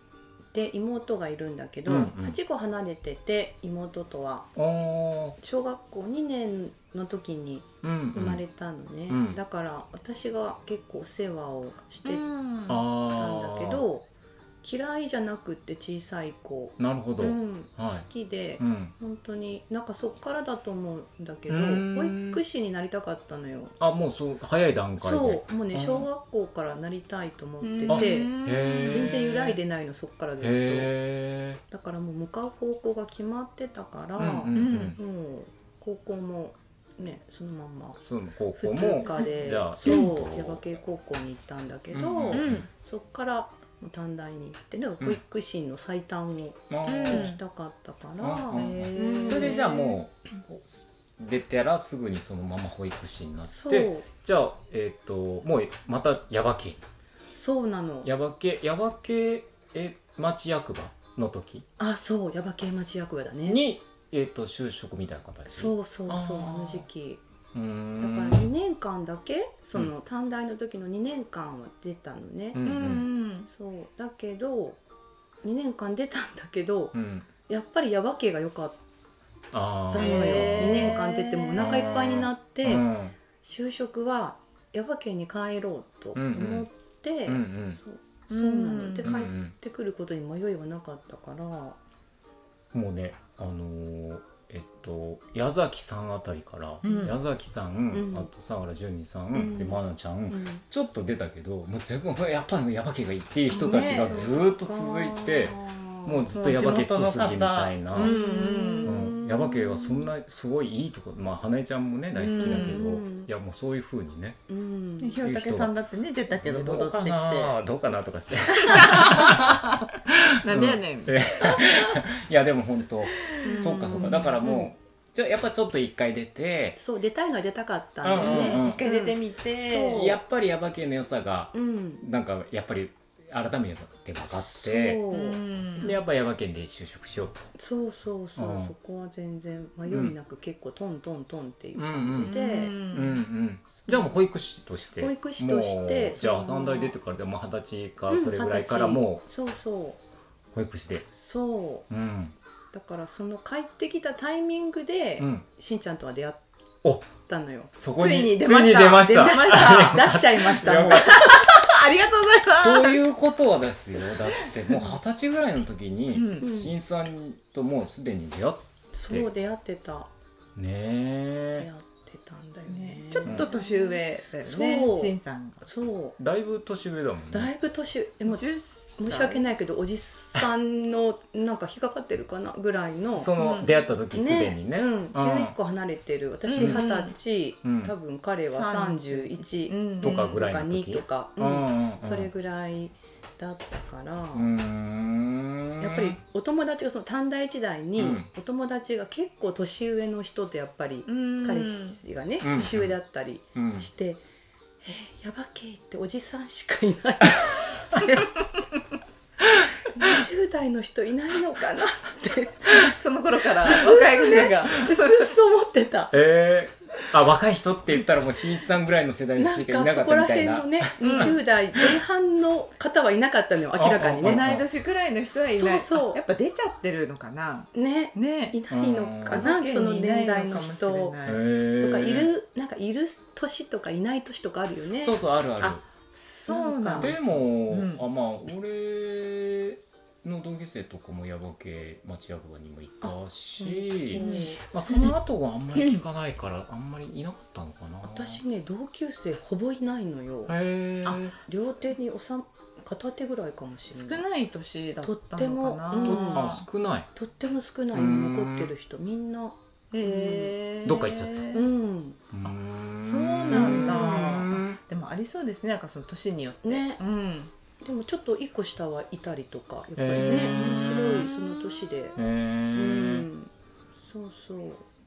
Speaker 3: で妹がいるんだけど
Speaker 1: うんうん
Speaker 3: 8個離れてて妹とは
Speaker 1: おー
Speaker 3: 小学校2年の時に
Speaker 1: うん
Speaker 3: 生まれたのね、
Speaker 1: うん
Speaker 3: だから私が結構お世話をして
Speaker 2: うん
Speaker 3: た
Speaker 1: あ
Speaker 3: んだ
Speaker 1: ー
Speaker 3: けど、嫌いじゃなくって小さい子、
Speaker 1: なるほど、
Speaker 3: う
Speaker 1: うん
Speaker 3: ん
Speaker 1: はい
Speaker 3: 好きで、本当になんかそっからだと思うんだけど
Speaker 1: うーん
Speaker 3: 保育士になりたかったのよ。
Speaker 1: あもうそう早い段階で
Speaker 3: そうもうね
Speaker 1: あー
Speaker 3: 小学校からなりたいと思って
Speaker 2: う
Speaker 3: て
Speaker 2: ん
Speaker 1: へー
Speaker 3: 全然揺らいでないのそっからずっ
Speaker 1: へえ
Speaker 3: とだからもう向かう方向が決まってたから、
Speaker 1: うんうんうん
Speaker 3: もう高校もねそのまんま
Speaker 1: その高校
Speaker 3: 普通
Speaker 1: も
Speaker 3: 科で
Speaker 1: じゃあ
Speaker 3: そう耶馬渓高校に行ったんだけど、
Speaker 1: うんうん
Speaker 3: そっから短大に行ってでも保育士の最短を
Speaker 1: あー
Speaker 3: 行きたかったから、
Speaker 1: うんうん
Speaker 2: へー
Speaker 1: それでじゃあもう出たらすぐにそのまま保育士になっ
Speaker 3: そ
Speaker 1: て
Speaker 3: う
Speaker 1: じゃあえっ、ともうまた耶馬渓
Speaker 3: そうなの
Speaker 1: 耶馬渓耶馬渓え町役場の時
Speaker 3: あそう耶馬渓町役場だね
Speaker 1: に、えっと就職みたいな形
Speaker 3: そうそう
Speaker 1: あ
Speaker 3: そう
Speaker 1: ー
Speaker 3: あの時期
Speaker 1: うー
Speaker 3: だから
Speaker 1: ん
Speaker 3: 2年間だけその短大の時の2年間は出たのね、
Speaker 1: うんうん
Speaker 2: うん
Speaker 3: そうだけど2年間出たんだけど、
Speaker 1: うん
Speaker 3: やっぱりヤバ系が良かっ
Speaker 1: あ
Speaker 3: た
Speaker 1: あ
Speaker 3: のよ、
Speaker 2: へー
Speaker 3: 2年間出てもうお腹いっぱいになって、
Speaker 1: うん
Speaker 3: 就職はヤバ系に帰ろうと思って、
Speaker 1: うんうん
Speaker 3: そうそうなので
Speaker 2: う
Speaker 3: 帰
Speaker 2: ん
Speaker 3: ってくることに迷いはなかったから、
Speaker 1: もうねあのーえっと矢崎さんあたりから、
Speaker 2: うん
Speaker 1: 矢崎さん、
Speaker 3: ん
Speaker 1: あと相原純二さん、
Speaker 3: うん
Speaker 1: で愛菜ちゃん、
Speaker 3: うん
Speaker 1: ちょっと出たけどもう全部やっぱやばけがいいっていう人たちがずーっと続いて、もうずっとやばけ一筋みたいな、
Speaker 2: うん
Speaker 1: う
Speaker 2: うん
Speaker 1: ん、やばけはそんなすごいいいとこまあ花江ちゃんもね大好きだけど、
Speaker 3: うん
Speaker 1: いやもうそういうふうにね
Speaker 3: うん
Speaker 2: でひろたけさんだってね出たけど戻ってき
Speaker 1: どうか
Speaker 2: て
Speaker 1: などうかなとか して
Speaker 2: なんでやねん、
Speaker 1: うんいやでも本当
Speaker 3: うん
Speaker 1: そうかそうかだからもうじゃあやっぱちょっと一回出て
Speaker 3: そう出たいのは出たかったんだよ
Speaker 1: うんうんうん
Speaker 3: ね
Speaker 2: 一回出てみて、
Speaker 3: そう
Speaker 1: やっぱりヤバ系の良さが
Speaker 3: うん
Speaker 1: なんかやっぱり改めて分かっ
Speaker 3: そう
Speaker 1: て
Speaker 2: うん
Speaker 1: でやっぱヤバ系で就職しようと。
Speaker 3: そうそうそう、
Speaker 1: うん
Speaker 3: そこは全然迷いなく結構トントントンっていう感じで、
Speaker 1: うんうん、じゃあもう保育士として
Speaker 3: 保育士として
Speaker 1: もうじゃあ
Speaker 3: その
Speaker 1: 短大出てからでも二十歳か
Speaker 3: うん
Speaker 1: それぐらいからも
Speaker 3: 二十歳そうそう
Speaker 1: う保育士で
Speaker 3: そ
Speaker 1: うん
Speaker 3: うだからその帰ってきたタイミングで、
Speaker 1: うん
Speaker 3: しんちゃんとは出会っ
Speaker 1: お
Speaker 3: たのよ
Speaker 1: そこに
Speaker 2: ついに出まし
Speaker 1: つい
Speaker 2: た
Speaker 1: に出まし
Speaker 3: 出
Speaker 1: た
Speaker 3: ました出しちゃいました
Speaker 1: や
Speaker 3: もう
Speaker 1: ばい
Speaker 2: ありがとうございます
Speaker 1: ということはですよだって もう二十歳ぐらいの時に
Speaker 2: うん
Speaker 3: うん
Speaker 1: 新さんともうすでに出会っ
Speaker 3: そう出会ってた
Speaker 1: ね
Speaker 3: 出会っ
Speaker 1: え
Speaker 3: てたんだよね
Speaker 2: ねちょっと年上だよね、
Speaker 3: そう
Speaker 2: しんさんが。
Speaker 3: そう
Speaker 1: だいぶ年上だもん
Speaker 3: だ
Speaker 1: ね
Speaker 3: いぶ年でも
Speaker 2: 10歳
Speaker 3: 申し訳ないけどおじさんのなんか引っかかってるかなぐらいの
Speaker 1: その出会った時すでにね
Speaker 3: うん、11個離れてる私
Speaker 1: うん
Speaker 3: 20歳、
Speaker 1: うん
Speaker 3: 多分彼は31
Speaker 2: うん
Speaker 1: とかぐらい
Speaker 3: とか
Speaker 1: の時
Speaker 3: 2とか、
Speaker 1: う
Speaker 3: うん
Speaker 1: うん
Speaker 3: ん
Speaker 1: うん
Speaker 3: それぐらいだったから、
Speaker 1: うーん
Speaker 3: やっぱりお友達がその短大時代に、
Speaker 1: うん
Speaker 3: お友達が結構年上の人ってやっぱり、
Speaker 2: うん
Speaker 3: 彼氏がね、
Speaker 1: うん
Speaker 3: 年上だったり
Speaker 1: うん
Speaker 3: して「えーやばけ」っておじさんしかいない20代の人いないのかなって
Speaker 2: その頃から若い方が。
Speaker 3: うすうす思ってた。
Speaker 1: えー、あ若い人って言ったらもうしんいちさんぐらいの世代に
Speaker 3: な
Speaker 1: し
Speaker 3: ん
Speaker 1: かい
Speaker 3: か
Speaker 1: なか
Speaker 3: そ
Speaker 1: っ
Speaker 3: こ
Speaker 1: た
Speaker 3: ら
Speaker 1: みた
Speaker 3: 辺
Speaker 1: いな
Speaker 3: のね
Speaker 2: うん
Speaker 3: 20代前半の方はいなかったのよ明らかに
Speaker 1: あ
Speaker 2: 同
Speaker 1: あ
Speaker 3: ね
Speaker 2: い年くらいの人はいない。
Speaker 3: そうそう
Speaker 2: やっぱ出ちゃってるのかな。
Speaker 3: ね
Speaker 2: ね
Speaker 3: い。ないのかなその年代の人
Speaker 1: え
Speaker 3: と
Speaker 1: ー
Speaker 3: かいるなんかいる年とかいない年とかあるよね
Speaker 1: そうそうあるあ
Speaker 2: あそうなん
Speaker 1: る
Speaker 2: だ
Speaker 1: でも、
Speaker 2: うん
Speaker 1: あまあ俺の同級生とかも矢場系町役場にもいたし、
Speaker 3: うん
Speaker 1: まあ、その後はあんまり聞かないからあんまりいなかったのかな
Speaker 3: 私ね同級生ほぼいないのよ
Speaker 1: へー
Speaker 2: あ
Speaker 3: 両手におさ片手ぐらいかもし
Speaker 2: 少
Speaker 3: れない
Speaker 2: ない年だったのかな。
Speaker 3: とってもうん
Speaker 1: あ少ない
Speaker 3: とっても少ない今残ってる人みんな
Speaker 2: へー
Speaker 1: どっか行っちゃった
Speaker 3: うん
Speaker 1: う
Speaker 2: そうなんだ
Speaker 1: うん
Speaker 2: でもありそうですね。なんかその年によって。
Speaker 3: ね
Speaker 2: うん。
Speaker 3: でもちょっと一個下はいたりとかやっぱりね
Speaker 1: へー
Speaker 3: 面白いその年で
Speaker 1: へ
Speaker 3: う
Speaker 1: ー
Speaker 3: んそうそう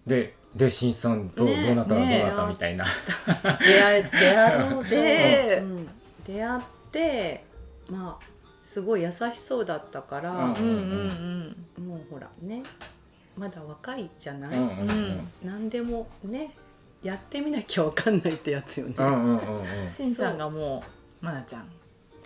Speaker 1: ででしんいちさんとどう
Speaker 3: ね
Speaker 1: なったらどう
Speaker 2: ね
Speaker 1: なったみたいな、
Speaker 2: 出会え出会
Speaker 3: そう
Speaker 2: っ
Speaker 3: そう
Speaker 2: て。
Speaker 3: うん出会ってまあすごい優しそうだったから
Speaker 2: う、んうん
Speaker 3: もうほらねまだ若いじゃな
Speaker 1: う
Speaker 3: い、
Speaker 1: んうんうん
Speaker 3: 何でもねやってみなきゃわかんないってやつよね。
Speaker 1: うんうんうんうん
Speaker 2: うん。しんさんがもうまなちゃん、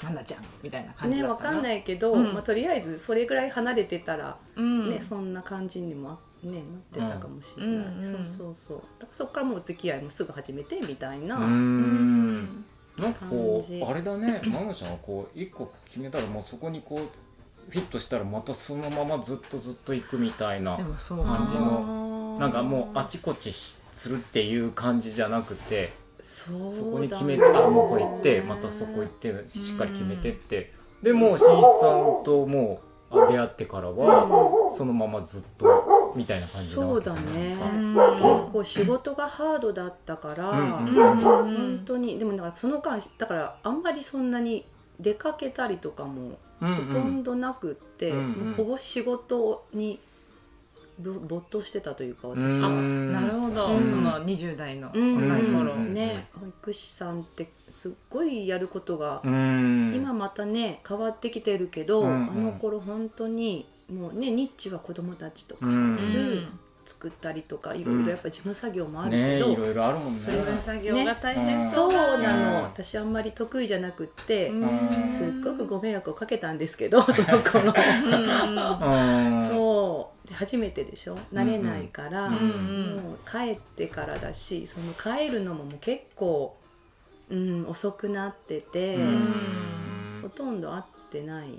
Speaker 2: まなちゃんみたいな感じ
Speaker 3: ね、
Speaker 2: だ
Speaker 3: わ
Speaker 2: った。
Speaker 3: かんないいけど、
Speaker 2: うん
Speaker 3: まあ、とりあえずそれぐらい離れてたら、
Speaker 2: うん。
Speaker 3: ねそんな感じにも、ね、なってたかもしれない、
Speaker 2: うん
Speaker 3: そうそうそうだからそこからもうお付き合いもすぐ始めてみたいな、
Speaker 1: うー
Speaker 2: うんん。
Speaker 1: なんかこ
Speaker 3: 感じ
Speaker 1: うあれだね まなちゃんはこう一個決めたらもうそこにこうフィットしたらまたそのままずっとずっと行くみたいな
Speaker 2: でもそう
Speaker 1: 感じの
Speaker 3: の
Speaker 1: なんかもうあちこちしするっていう感じじゃなくて
Speaker 3: そうだ
Speaker 1: そこに決めたら向こう行って
Speaker 3: ね
Speaker 1: またそこ行ってしっかり決めてってでもうしんいちさんともう出会ってからはそのままずっとみたいな感じなわけじゃない
Speaker 3: そう
Speaker 1: か
Speaker 3: だね
Speaker 2: 結
Speaker 3: 結構仕事がハードだったから、
Speaker 1: うんうん
Speaker 3: 本当にでもなんかその間だからあんまりそんなに出かけたりとかも
Speaker 1: うんう
Speaker 3: ほとんどなくって、
Speaker 1: うんうん
Speaker 3: もうほぼ仕事にぶ没頭してたというか私は。うん
Speaker 1: ん
Speaker 2: なるほど、
Speaker 3: うん
Speaker 2: その20代の若
Speaker 3: う
Speaker 2: い
Speaker 3: ん
Speaker 2: 頃、
Speaker 1: うん
Speaker 3: ね保育士さんってすっごいやることが、
Speaker 1: うん
Speaker 3: 今またね変わってきてるけど、
Speaker 1: うんうん
Speaker 3: あの頃本当にもうねニッチは子供たちとか、
Speaker 1: うん
Speaker 2: うん
Speaker 3: 作ったりとかいろいろやっぱ事務作業もある
Speaker 1: ね
Speaker 3: け
Speaker 1: い
Speaker 3: ど、
Speaker 1: ろいろあるもんね
Speaker 3: それは
Speaker 1: す
Speaker 3: さ
Speaker 4: 作業が大変
Speaker 3: そう
Speaker 4: だ
Speaker 3: なの、
Speaker 1: うん
Speaker 3: 私あんまり得意じゃなくって、
Speaker 1: ん
Speaker 3: すっごくご迷惑をかけたんですけどその子の
Speaker 4: うん
Speaker 1: う
Speaker 3: そうで初めてでしょ慣れないから、
Speaker 1: うん
Speaker 3: もう帰ってからだしその帰るのももう結構、うん、遅くなってて、
Speaker 1: うん
Speaker 3: ほとんど会ってない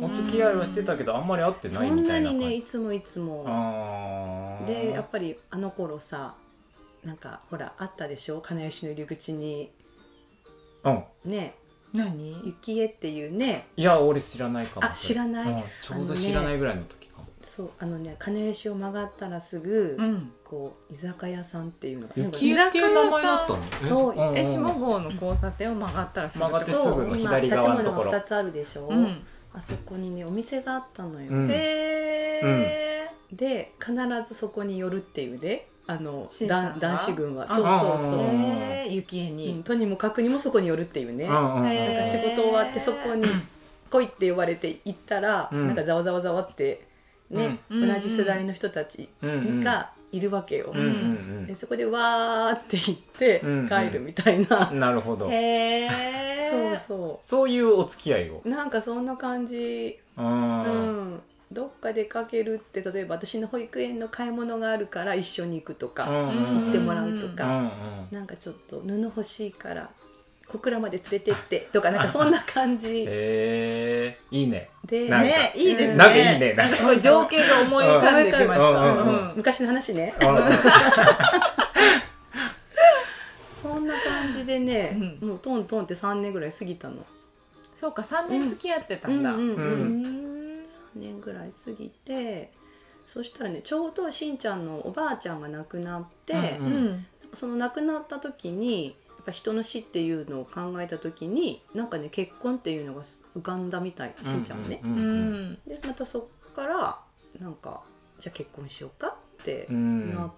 Speaker 1: お
Speaker 3: ね
Speaker 1: 付き合いはしてたけどあんまり会ってな
Speaker 3: そ
Speaker 1: い
Speaker 3: ん
Speaker 1: み
Speaker 3: な
Speaker 1: たいな感
Speaker 3: にね
Speaker 1: じ
Speaker 3: いつもいつも
Speaker 1: あー
Speaker 3: でやっぱりあの頃さなんかほらあったでしょ金吉の入り口に
Speaker 1: うん
Speaker 3: ね
Speaker 2: 何
Speaker 3: 雪江っていうね
Speaker 1: いや俺知らないかも
Speaker 3: あ知らない
Speaker 1: うんちょうど知らないぐらいの時かも
Speaker 3: そうあのね金吉を曲がったらすぐ、
Speaker 2: うん
Speaker 3: こう居酒屋さんっていうのが
Speaker 1: 雪江っていう名前だったのえ
Speaker 3: そう
Speaker 1: うんうん
Speaker 2: え下郷の交差点を曲がったらすぐ
Speaker 1: 曲がってす
Speaker 3: そ
Speaker 1: ぐ
Speaker 3: う
Speaker 1: の
Speaker 3: 今
Speaker 1: 左
Speaker 3: 建
Speaker 1: 側
Speaker 3: 物
Speaker 1: のところ
Speaker 3: が2つあるでしょ、
Speaker 2: うん
Speaker 3: あそこにねお店があったのよ、
Speaker 1: うん
Speaker 2: へ
Speaker 3: で必ずそこに寄るっていうねあの
Speaker 2: シンさん
Speaker 3: だ
Speaker 2: が
Speaker 3: 男子軍はそう
Speaker 1: あ
Speaker 3: そう
Speaker 2: ー
Speaker 3: そう、
Speaker 2: へー雪絵
Speaker 3: うん、
Speaker 2: に
Speaker 3: とにもかくにもそこに寄るっていうね、
Speaker 1: うんうんうん
Speaker 2: へー
Speaker 3: なんか仕事終わってそこに来いって言われて行ったら、
Speaker 1: うん
Speaker 3: なんかざわざわざわってね、
Speaker 2: うん
Speaker 3: 同じ世代の人たち
Speaker 1: うんうん
Speaker 3: がいるわけよ、
Speaker 1: うんうん
Speaker 3: でそこでわーって行って
Speaker 1: うん
Speaker 3: 帰るみたいな、
Speaker 1: うんなるほど
Speaker 2: へ
Speaker 3: そう
Speaker 2: え
Speaker 3: そ
Speaker 1: そういうお付き合いを
Speaker 3: うなんかそんな感じ
Speaker 1: う
Speaker 3: うん、どっか出かけるって例えば私の保育園の買い物があるから一緒に行くとか、
Speaker 1: 行
Speaker 3: 行ってもらうと
Speaker 1: う
Speaker 3: か、
Speaker 1: んうん
Speaker 3: なんかちょっと布欲しいから小倉まで連れてってとかなんかそんな 感じ
Speaker 1: えーいい ね
Speaker 3: で、
Speaker 1: なんか
Speaker 2: ねいいですね
Speaker 1: なんかいいね
Speaker 2: なんかすごい情景が思い浮かんできました
Speaker 1: うんうんうん
Speaker 2: うん
Speaker 3: 昔の話ね
Speaker 1: うん
Speaker 3: そんな感じでね、
Speaker 2: う
Speaker 3: もうトントンって3年ぐらい過ぎたの。
Speaker 2: そうか3年付き合ってたんだ
Speaker 3: うんうんうん
Speaker 1: うん
Speaker 2: うん
Speaker 3: 3年ぐらい過ぎてそしたらねちょうどしんちゃんのおばあちゃんが亡くなって、
Speaker 1: うん
Speaker 2: うん
Speaker 3: その亡くなった時にやっぱ人の死っていうのを考えた時になんかね結婚っていうのが浮かんだみたいしんちゃんはね。
Speaker 1: う
Speaker 2: うん
Speaker 1: うん
Speaker 2: ん
Speaker 3: でまたそっからなんかじゃあ結婚しようかって
Speaker 1: う
Speaker 3: なんっ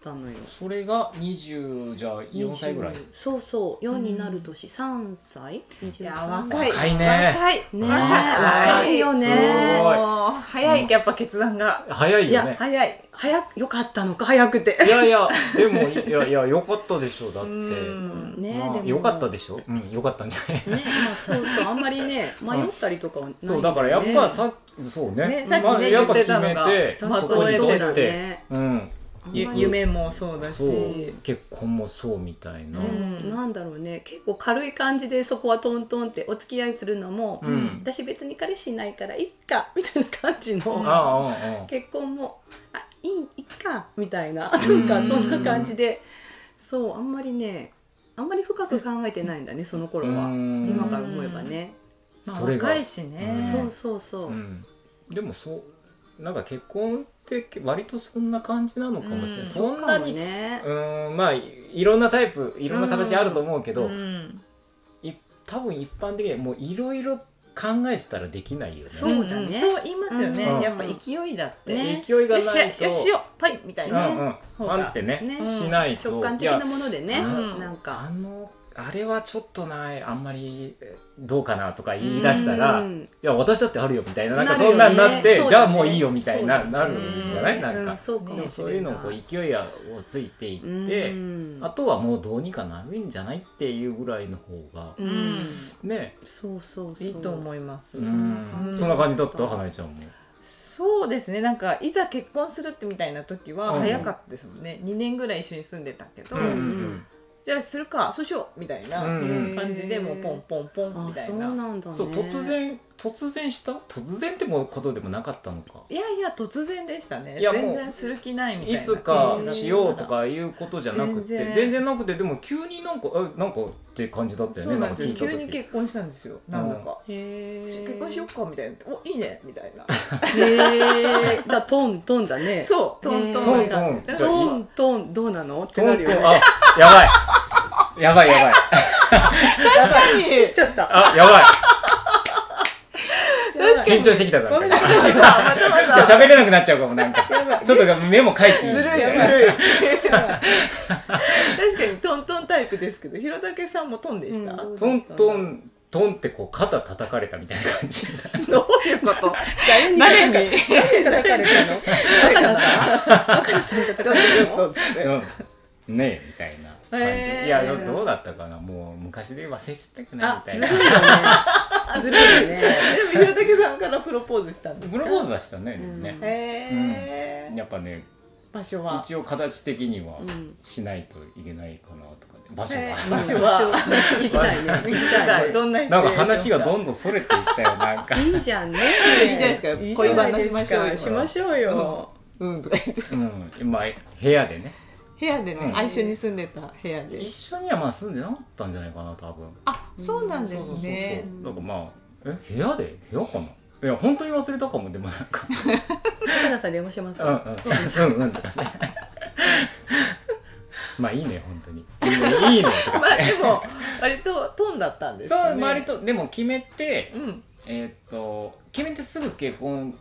Speaker 3: たのよ。
Speaker 1: それが20じゃあ4歳ぐらい
Speaker 3: 20そうそう4になる年、3歳23
Speaker 2: い
Speaker 3: 歳
Speaker 2: や若い
Speaker 1: 若いね
Speaker 2: 若い
Speaker 3: ねえ
Speaker 1: 若い
Speaker 3: 若いよ
Speaker 1: すご
Speaker 3: ね
Speaker 1: い
Speaker 2: もう早いやっぱ決断が
Speaker 1: 早いよね
Speaker 2: 早い
Speaker 3: 早くよかったのか早くて
Speaker 1: いやいやでもいやいや良かったでしょだっ
Speaker 2: う
Speaker 1: て
Speaker 2: ん
Speaker 3: ね
Speaker 1: まあ
Speaker 3: でも
Speaker 1: 良かったでしょうん良かったんじゃない
Speaker 3: ねまあそうそうあんまり ね迷ったりとかはないん
Speaker 1: そう
Speaker 3: だ
Speaker 1: だ
Speaker 3: よ
Speaker 1: からやっぱさっきそうね
Speaker 2: ねさっきね
Speaker 1: まあやっぱ
Speaker 2: 言ってたのが
Speaker 1: 決めて
Speaker 2: ま
Speaker 1: そ
Speaker 2: と
Speaker 1: こに
Speaker 2: えて
Speaker 1: 沿
Speaker 2: だ
Speaker 1: ってうん
Speaker 3: あんまり
Speaker 1: ゆ
Speaker 3: ね
Speaker 2: 夢もそうだし
Speaker 1: そう結婚もそうみたいな
Speaker 3: でも
Speaker 2: うん
Speaker 3: なんだろうね結構軽い感じでそこはトントンってお付き合いするのも、
Speaker 1: うん
Speaker 3: 私別に彼氏いないからいっかみたいな感じ
Speaker 1: あ
Speaker 3: の、
Speaker 1: あああああ
Speaker 3: 結婚もあいいいっかみたいな、
Speaker 1: うん
Speaker 3: なんかそんな感じでそうあんまりねあんまり深く考えてないんだねその頃は、
Speaker 1: うん
Speaker 3: 今から思えばね、
Speaker 2: まあ
Speaker 1: それが
Speaker 2: 若いしね
Speaker 1: うん
Speaker 3: そうそうそう、
Speaker 1: うんでもそうなんか結婚って割とそんな感じなのかもしれない、
Speaker 2: うん
Speaker 1: そんな
Speaker 3: そうかも
Speaker 1: に
Speaker 3: ね
Speaker 1: う、ーんまあいいろんなタイプいろんな形あると思うけど、
Speaker 2: うん
Speaker 1: い多分一般的にはもういろいろ考えてたらできないよね
Speaker 3: そうだね
Speaker 2: んそう言いますよね、
Speaker 1: うん
Speaker 2: やっぱ勢いだって、
Speaker 3: ね
Speaker 1: 勢いが
Speaker 2: よっしゃ
Speaker 1: ない
Speaker 2: よ
Speaker 1: と
Speaker 2: しよパイみたい
Speaker 1: うんう
Speaker 2: な、
Speaker 1: ん
Speaker 2: そう
Speaker 1: パ
Speaker 2: だ
Speaker 1: ンってね
Speaker 3: ね
Speaker 1: しないと
Speaker 3: 直感的
Speaker 1: いや
Speaker 3: なものでね
Speaker 1: うん
Speaker 3: なん
Speaker 1: あ
Speaker 3: か
Speaker 1: のあれはちょっとないあんまりえどうかなとか言い出したら、
Speaker 3: う
Speaker 1: い
Speaker 3: ん
Speaker 1: や私だってあるよみたいななんか
Speaker 3: なるよ
Speaker 1: そん
Speaker 3: ね
Speaker 1: なんなって、
Speaker 3: そうだね
Speaker 1: じゃあもういいよみたいにな、
Speaker 3: そう
Speaker 1: な
Speaker 3: だ
Speaker 1: る
Speaker 3: ね
Speaker 1: んじゃないなんか、
Speaker 3: うんそうか
Speaker 1: で
Speaker 3: もしれな
Speaker 1: も
Speaker 3: い
Speaker 1: そういうのをこう勢いをついていって、
Speaker 3: うん
Speaker 1: あとはもうどうにかなるんじゃないっていうぐらいの方が
Speaker 3: う
Speaker 2: う
Speaker 3: ん
Speaker 2: ん
Speaker 1: ね、
Speaker 3: そうそうそう
Speaker 2: いいと思います、
Speaker 1: うんんそんな感じだった花江ちゃんも。
Speaker 2: そうですねなんかいざ結婚するってみたいな時
Speaker 1: う
Speaker 2: は
Speaker 1: ん
Speaker 2: 早かったですもんね、2年ぐらい一緒に住んでたけど、
Speaker 1: うんうん
Speaker 2: じゃあするかそうしようみたいな
Speaker 1: うんうん
Speaker 2: 感じでもうポンポンポン
Speaker 3: あ
Speaker 2: みたい
Speaker 3: そう
Speaker 2: な。
Speaker 3: なんだね
Speaker 1: そう突然突然した突然ってもことでもなかったのか。
Speaker 2: いやいや突然でしたね
Speaker 1: いやもう
Speaker 2: 全然する気ないみたい
Speaker 1: い
Speaker 2: な
Speaker 1: つかしようとかいうことじゃなくて
Speaker 2: 全
Speaker 1: 全
Speaker 2: 然
Speaker 1: 然なくてでも急になんかえなんかって感じだったよ
Speaker 2: そ
Speaker 1: ね
Speaker 2: う
Speaker 1: な
Speaker 2: なんん
Speaker 1: か
Speaker 2: です
Speaker 1: 聞い
Speaker 2: よ
Speaker 1: た
Speaker 2: 急に
Speaker 1: 時
Speaker 2: 結婚したんですよなんだか、
Speaker 3: へー
Speaker 2: 結婚しよっかみたいなおいいねみたいな
Speaker 3: へえだトントンだね
Speaker 2: そうトントン
Speaker 1: トントン
Speaker 2: だから
Speaker 3: トントンどうなのって
Speaker 1: ト
Speaker 3: な
Speaker 1: ン
Speaker 3: る
Speaker 1: ト
Speaker 3: よ
Speaker 1: ン
Speaker 3: ね
Speaker 1: あやばいやばいや ばい
Speaker 3: 確かに知っちゃった
Speaker 1: あやばい
Speaker 3: 確
Speaker 1: 緊張してきたな
Speaker 3: ごめ
Speaker 1: ん
Speaker 3: ん
Speaker 1: か
Speaker 3: な
Speaker 1: じ
Speaker 3: さい
Speaker 1: ゃあ喋れなくなっちゃうかもなんか
Speaker 3: やばい
Speaker 1: ちょっとメモ書いていい
Speaker 2: ずるいずるい確かにトントンタイプですけど弘武さんもトンでした、
Speaker 3: うん
Speaker 1: トントントンってこう肩叩かれたみたいな感じ
Speaker 2: どういうこと
Speaker 3: 誰に
Speaker 2: 誰
Speaker 3: 誰
Speaker 2: に
Speaker 3: に叩かれたの若菜さん若菜さんに叩
Speaker 2: ちょ
Speaker 3: か
Speaker 2: っと
Speaker 3: れ
Speaker 2: ち
Speaker 3: た
Speaker 2: ょっ
Speaker 3: の
Speaker 2: とって
Speaker 1: うんねえみたいな感じ、
Speaker 2: へえ
Speaker 1: いやどうだったかなもう昔で忘れちゃったくないみ
Speaker 3: あ
Speaker 1: た
Speaker 3: ず
Speaker 1: い
Speaker 3: る
Speaker 1: ない
Speaker 3: よねずるいよね
Speaker 2: でもひろたけさんからプロポーズしたんです
Speaker 1: プ
Speaker 2: か
Speaker 1: ロポーズはしたね、でも
Speaker 3: う
Speaker 1: ね
Speaker 2: へえ、
Speaker 1: やっぱね
Speaker 2: 場所は
Speaker 1: 一応形的には
Speaker 3: うん
Speaker 1: しないといけないかなとか、ね、場所
Speaker 2: え
Speaker 1: が
Speaker 2: 場所
Speaker 3: は
Speaker 2: は
Speaker 3: 聞きたいね
Speaker 1: 場所
Speaker 3: 聞き
Speaker 2: は
Speaker 3: た
Speaker 2: いどんな 人
Speaker 1: なんか話がどんどんそれていったよなんか、
Speaker 3: いいいじゃんね
Speaker 2: いいじゃないですか
Speaker 3: じゃない
Speaker 2: 恋バナしましょうよ
Speaker 3: しましょうよ
Speaker 2: うんとか言って
Speaker 1: うん、今部屋でね
Speaker 2: 部屋でね、
Speaker 1: うん
Speaker 2: あ一緒に住んでた部屋で
Speaker 1: 一緒にはまあ住んでなかったんじゃないかな多分
Speaker 2: あそうなんです
Speaker 1: そうそうそう
Speaker 2: ね
Speaker 1: そうなんかまあえ部屋で部屋かないや本当に忘れたかもでもなんか
Speaker 3: 若菜さん電話します
Speaker 1: うんうんうんうんとか さまあいいね本当にいいいいねとか
Speaker 2: まあでも割とトンだったんです
Speaker 1: そう
Speaker 2: かね
Speaker 1: 割とでも決めて
Speaker 2: うん
Speaker 1: えーっと決めてすぐ結婚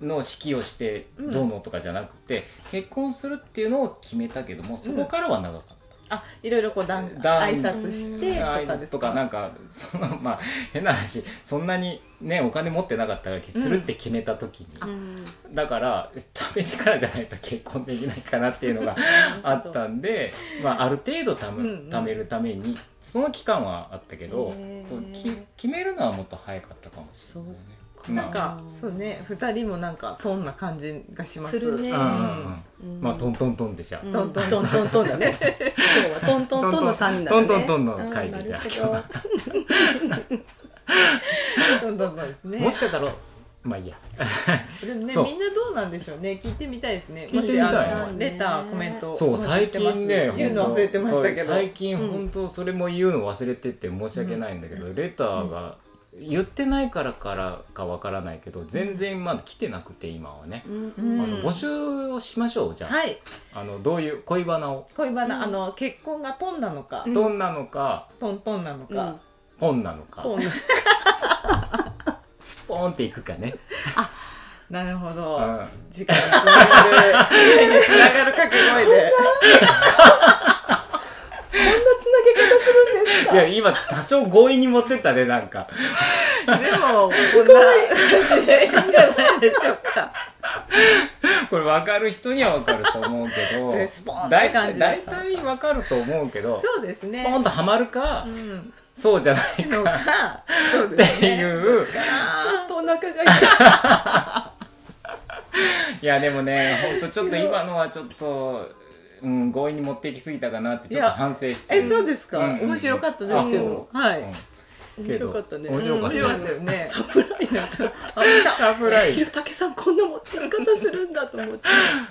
Speaker 1: の式をして
Speaker 2: うん
Speaker 1: どうのとかじゃなくて、結婚するっていうのを決めたけどもそこからは長かった。
Speaker 2: あいろいろこう段
Speaker 1: 段
Speaker 2: 挨拶してとかです
Speaker 1: と
Speaker 2: か
Speaker 1: かなんかそのまあ 変な話そんなにねお金持ってなかったからするって決めた時に、
Speaker 3: うん
Speaker 1: だから食べてからじゃないと結婚できないかなっていうのがあったんで、まあ、ある程度ため,、
Speaker 2: うんうん
Speaker 1: 貯めるためにその期間はあったけど
Speaker 3: へー
Speaker 1: そうき決めるのはもっと早かったかもしれないね。
Speaker 3: そう
Speaker 2: なん
Speaker 1: まあ
Speaker 2: かそうね二人もなんかトンな感じがします
Speaker 3: するね
Speaker 1: うんうんうんまあトントントンでじゃあ、
Speaker 3: トントントントントンだね。今日はトントントンの三人だ
Speaker 1: ト
Speaker 3: ね。
Speaker 1: ントントンの回でじゃあ
Speaker 3: うん
Speaker 1: 今日は
Speaker 2: どんどんどんですね
Speaker 1: もしかしたらまあいいや
Speaker 2: でもね
Speaker 1: そう
Speaker 2: みんなどうなんでしょうね聞いてみたいですね
Speaker 1: 聞いてみ
Speaker 2: も
Speaker 1: たい
Speaker 2: しあのレターコメント
Speaker 1: そう
Speaker 2: お待ち
Speaker 1: 最
Speaker 2: してます
Speaker 1: 近ね本
Speaker 2: 言うの
Speaker 1: 当
Speaker 2: 忘れてましたけ
Speaker 1: そう
Speaker 2: ど
Speaker 1: 最近本当それも言うの忘れてて申し訳ないんだけど、レターが言ってないからからかわからないけど全然まだ来てなくて今はね、
Speaker 3: うん
Speaker 2: うん
Speaker 1: あの募集をしましょうじゃあ,、
Speaker 2: はい
Speaker 1: あのどういう恋バナを
Speaker 2: 恋バナ、
Speaker 3: うん
Speaker 2: あの結婚がトンなのか、
Speaker 3: うん
Speaker 1: どんなのか
Speaker 2: トントンなの
Speaker 3: うん
Speaker 2: か、
Speaker 1: 本なのか、
Speaker 3: トン
Speaker 1: スポーンっていくかね、
Speaker 2: なるほ
Speaker 1: う
Speaker 2: ど、
Speaker 1: ん、
Speaker 2: 時間につながる未来につながる掛け声で
Speaker 3: こんなつなげ方するんですか
Speaker 1: い。や今多少強引に持ってったねなんか
Speaker 2: でもこんな感じでいいんじゃないでしょうか
Speaker 1: これ分かる人には分かると思うけ ど
Speaker 2: ねスポーンって
Speaker 1: 大
Speaker 2: 感
Speaker 1: 体
Speaker 2: じだっ
Speaker 1: 大
Speaker 2: た
Speaker 1: 体分かると思うけど
Speaker 2: そうです
Speaker 1: ス
Speaker 2: ね
Speaker 1: ポーンとはまるか、
Speaker 2: うん
Speaker 1: そうじゃない
Speaker 2: の
Speaker 1: か
Speaker 2: かそうで
Speaker 1: っ
Speaker 2: す
Speaker 1: て
Speaker 2: ね
Speaker 1: いう
Speaker 3: ちょ
Speaker 2: あ
Speaker 3: っとお腹が痛い。
Speaker 1: いやでもねほんとちょっと今のはちょっと、うん、強引に持っていきすぎたかなってちょっと反省して
Speaker 2: ーえそうですか、
Speaker 1: うんうん
Speaker 2: 面白かったですよ
Speaker 1: あそう
Speaker 2: はい、
Speaker 1: うん
Speaker 3: 面白かったね。
Speaker 1: 面白かった
Speaker 2: 面白かったよね
Speaker 3: サプライズだ。
Speaker 1: サプライ
Speaker 3: ひ
Speaker 1: ズ
Speaker 3: ろたけさんこんな持ってる方するんだと思って、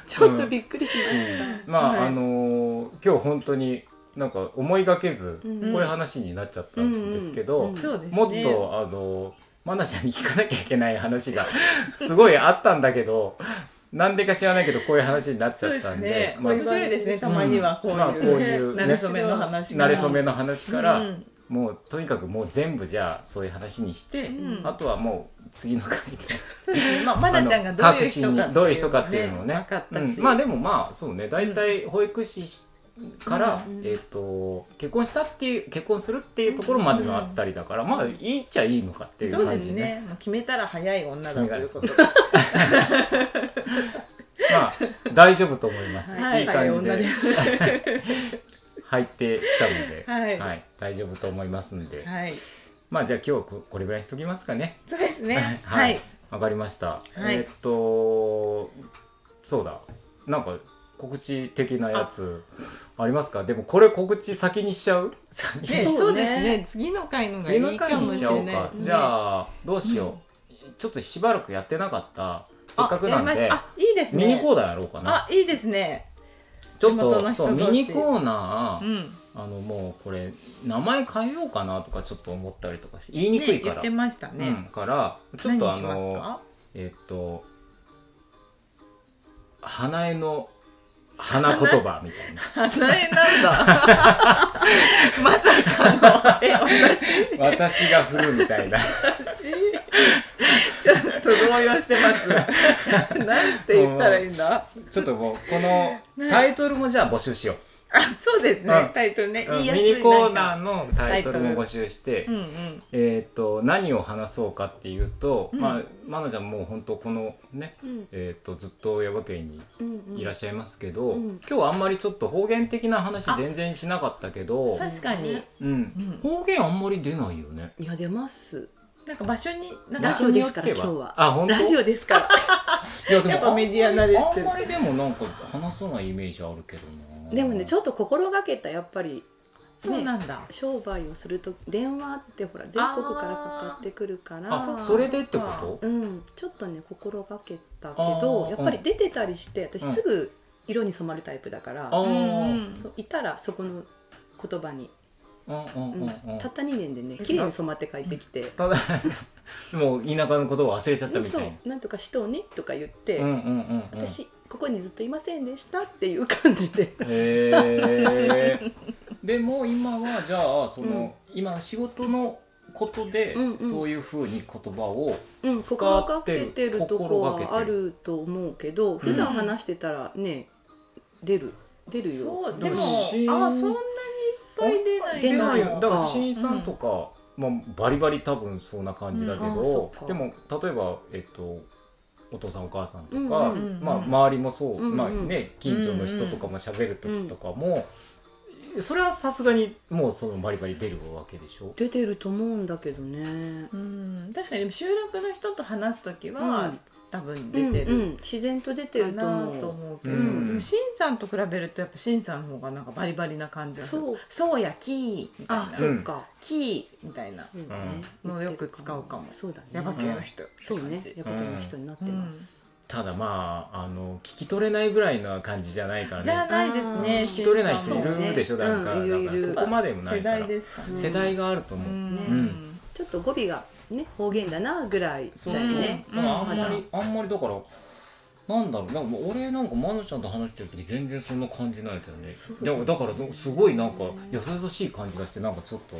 Speaker 3: ちょっとびっくりしました。
Speaker 1: まあ、
Speaker 2: はい
Speaker 1: あのー今日本当になんか思いがけず、
Speaker 3: うん
Speaker 1: こういう話になっちゃったんですけど、
Speaker 3: うんうん
Speaker 2: そうですね
Speaker 1: もっとあのマナちゃんに聞かなきゃいけない話がすごいあったんだけど なんでか知らないけどこういう話になっち
Speaker 2: そう
Speaker 1: ゃ
Speaker 2: で
Speaker 1: った
Speaker 2: す
Speaker 1: んで
Speaker 2: ね、
Speaker 1: まあ
Speaker 2: 面白いですねたまにはこういう,、
Speaker 1: うんまあこういうね
Speaker 2: 慣れ初めの話が
Speaker 1: 慣れ初めの話から、
Speaker 2: うん
Speaker 1: もうとにかくもう全部じゃあそういう話にして、
Speaker 2: うん
Speaker 1: あとはもう次の回で
Speaker 2: そうですねまあまなちゃんがどういう
Speaker 1: あ
Speaker 2: 人か
Speaker 1: の各市にどういう人かっていうのをね
Speaker 2: 分かったし、
Speaker 1: うんまあでもまあそうね大体保育士しから、
Speaker 3: うん
Speaker 1: えー、と結婚したっていう結婚するっていうところまでのあったりだから、まあいいっちゃいいのかっていう
Speaker 2: そうで
Speaker 1: 感
Speaker 2: す
Speaker 1: じ
Speaker 2: ねもう決めたら早い女だということで
Speaker 1: まあ大丈夫と思います、、
Speaker 2: はいい
Speaker 1: い感じ
Speaker 3: 女で。
Speaker 1: です入ってきたので、
Speaker 2: はい
Speaker 1: 大丈夫と思いますんで、
Speaker 2: はい
Speaker 1: まあじゃあ今日はここれぐらいにしときますかね
Speaker 2: そうですね
Speaker 1: は
Speaker 2: はいい、
Speaker 1: わかりました、
Speaker 2: はい
Speaker 1: えーっとそうだなんか告知的なやつありますかでもこれ告知先にしちゃう先
Speaker 2: ね
Speaker 3: そうね
Speaker 2: そうですね次の回のがい
Speaker 1: 次の
Speaker 2: いか
Speaker 1: 回
Speaker 2: も
Speaker 1: にし
Speaker 2: し
Speaker 1: ちゃお
Speaker 2: れ
Speaker 1: う
Speaker 2: ない
Speaker 1: か、
Speaker 2: ですね
Speaker 1: じゃあどうしよう、ちょっとしばらくやってなかったせっかくなん
Speaker 2: あや
Speaker 1: で
Speaker 2: りましあいいですね
Speaker 1: ミニコーナーやろうかな
Speaker 2: あいいですね
Speaker 1: ちょっ
Speaker 2: 地元
Speaker 1: と
Speaker 2: の人
Speaker 1: そうミ
Speaker 2: 同士
Speaker 1: ニコーナ
Speaker 2: う
Speaker 1: ー、
Speaker 2: ん
Speaker 1: あのもうこれ名前変えようかなとかちょっと思ったりとかして言いにく
Speaker 2: ね
Speaker 1: いか
Speaker 2: 言
Speaker 1: ら、
Speaker 2: ってました
Speaker 1: う
Speaker 2: ね
Speaker 1: ん、からちょっ
Speaker 2: 何
Speaker 1: とあ
Speaker 2: します
Speaker 1: の
Speaker 2: か
Speaker 1: えっと花江の花言葉みた いな
Speaker 2: 花絵なんだ まさかのえ私
Speaker 1: 私が振るみたいな
Speaker 2: 私ちょっと動揺してます なんて言ったらいいんだ
Speaker 1: ちょっともうこのタイトルもじゃあ募集しよう
Speaker 2: そうです
Speaker 1: うん
Speaker 2: ねタイトルね
Speaker 1: うん
Speaker 2: 言いやすい
Speaker 1: ミニコーナ
Speaker 2: なん
Speaker 1: ー
Speaker 2: か
Speaker 1: のタイトルも募集して、
Speaker 2: うんうん
Speaker 1: えー、と何を話そうかっていうと、
Speaker 2: うん
Speaker 1: まあまなちゃんもう本当このね、
Speaker 3: うん
Speaker 1: えー、とずっと耶馬渓に
Speaker 3: うん
Speaker 1: いらっしゃいますけど、
Speaker 3: うん
Speaker 1: 今日はあんまりちょっと方言的な話全然しなかったけど、
Speaker 2: 確かに
Speaker 1: うん、
Speaker 2: うん
Speaker 1: 方言あんまり出ないよね。
Speaker 3: いや出ます
Speaker 2: なんか場所になん
Speaker 3: ラ
Speaker 2: か
Speaker 3: ジオですから今日は
Speaker 1: あ本当
Speaker 3: ラジオですから
Speaker 1: いやでも
Speaker 2: やっぱメディア慣れしてる
Speaker 1: あんまりでもなんか話さないイメージあるけどな
Speaker 3: でもねち
Speaker 1: ょっ
Speaker 3: ょっと心がけたやっぱり
Speaker 2: そうなんだ
Speaker 3: 商売をすると電話ってほら全国からかかってくるから
Speaker 1: あそれでってこと
Speaker 3: うん、ちょっとね心がけたけ
Speaker 1: あ
Speaker 3: ど
Speaker 1: ー
Speaker 3: やっぱり出てたりして私
Speaker 1: うん
Speaker 3: すぐ色に染まるタイプだから、
Speaker 1: あー
Speaker 2: うん
Speaker 3: そういたらそこの言葉に、
Speaker 1: うんうん
Speaker 3: うん
Speaker 1: うんうん
Speaker 3: たった2年でね綺麗に染まって帰ってきて。
Speaker 1: ただもう田舎のことを忘れちゃったみ
Speaker 3: そ
Speaker 1: たいうな。
Speaker 3: なんとかしとうねとか言って、
Speaker 1: うんうんうんうん、
Speaker 3: 私ここにずっといませんでしたっていう感じで
Speaker 1: へえでも今はじゃあその、今仕事のことで、
Speaker 3: うんうん
Speaker 1: そういうふうに言葉を
Speaker 3: うん
Speaker 1: 使
Speaker 3: 心
Speaker 1: っ
Speaker 3: が
Speaker 1: てる
Speaker 3: けてるとこ
Speaker 1: 心がけてる
Speaker 3: はあると思うけど普段話してたらね、出る出るよ
Speaker 2: そうでも
Speaker 1: でもし
Speaker 2: あそんなにいっぱい出ない
Speaker 3: 出ない
Speaker 2: でも
Speaker 1: だから新さんとか、まあ、バリバリ多分そんな感じだけ
Speaker 3: うんあ
Speaker 1: ど
Speaker 3: そっ、か
Speaker 1: でも例えばえっとお父さんお母さんとか、
Speaker 3: うん
Speaker 2: うん
Speaker 1: まあ、
Speaker 2: うん
Speaker 1: 周りもそう、
Speaker 3: うんうん
Speaker 1: まあね、近所の人とかも喋る時とかも、それはさすがにもうそのバリバリ出るわけでしょ
Speaker 3: 出てると思うんだけどね
Speaker 2: うん確かにでも集落の人と話す時
Speaker 3: う
Speaker 2: は
Speaker 3: ん
Speaker 2: 多分出てる
Speaker 3: うんうん自然と出て
Speaker 2: か
Speaker 3: ると
Speaker 2: な
Speaker 3: 思う
Speaker 2: と思うけど、
Speaker 1: うん
Speaker 2: でもしんさんと比べるとやっぱしんさんの方がなんかバリバリな感じがする
Speaker 3: そう
Speaker 2: そうやキーみたい
Speaker 3: あ
Speaker 2: な
Speaker 3: そ
Speaker 1: ん
Speaker 3: うか、
Speaker 2: キーみたいな
Speaker 3: そう
Speaker 2: うんのよく使うかも
Speaker 3: そうだね
Speaker 2: ヤバ系
Speaker 1: 系
Speaker 2: の
Speaker 1: の
Speaker 2: 人、
Speaker 3: そうねヤバ系の人になってます、
Speaker 1: ただまああの聞き取れないぐらいな感じじゃないからね
Speaker 2: じゃないです
Speaker 3: あー
Speaker 2: ね
Speaker 1: 聞き取れない人い
Speaker 3: そうね
Speaker 1: るでしょ、なんか
Speaker 3: うんい
Speaker 1: だ
Speaker 3: る
Speaker 1: から
Speaker 3: いる
Speaker 1: そこまでもない
Speaker 2: 世
Speaker 1: から
Speaker 2: 代ですかね
Speaker 1: 世代があると
Speaker 2: う
Speaker 1: 思う、
Speaker 2: ん
Speaker 1: ん
Speaker 3: ちょっと語尾がね方言だなぐらい
Speaker 1: そう
Speaker 3: だ
Speaker 1: そ
Speaker 3: よ
Speaker 1: う、
Speaker 3: ね
Speaker 1: まあ、あんまり
Speaker 3: うん
Speaker 1: あんまりだからなんだろうなんか俺なんかまなちゃんと話してる時全然そんな感じないけどね
Speaker 3: そう
Speaker 1: でもだからどすごいなんかよそよそしい感じがしてなんかちょっと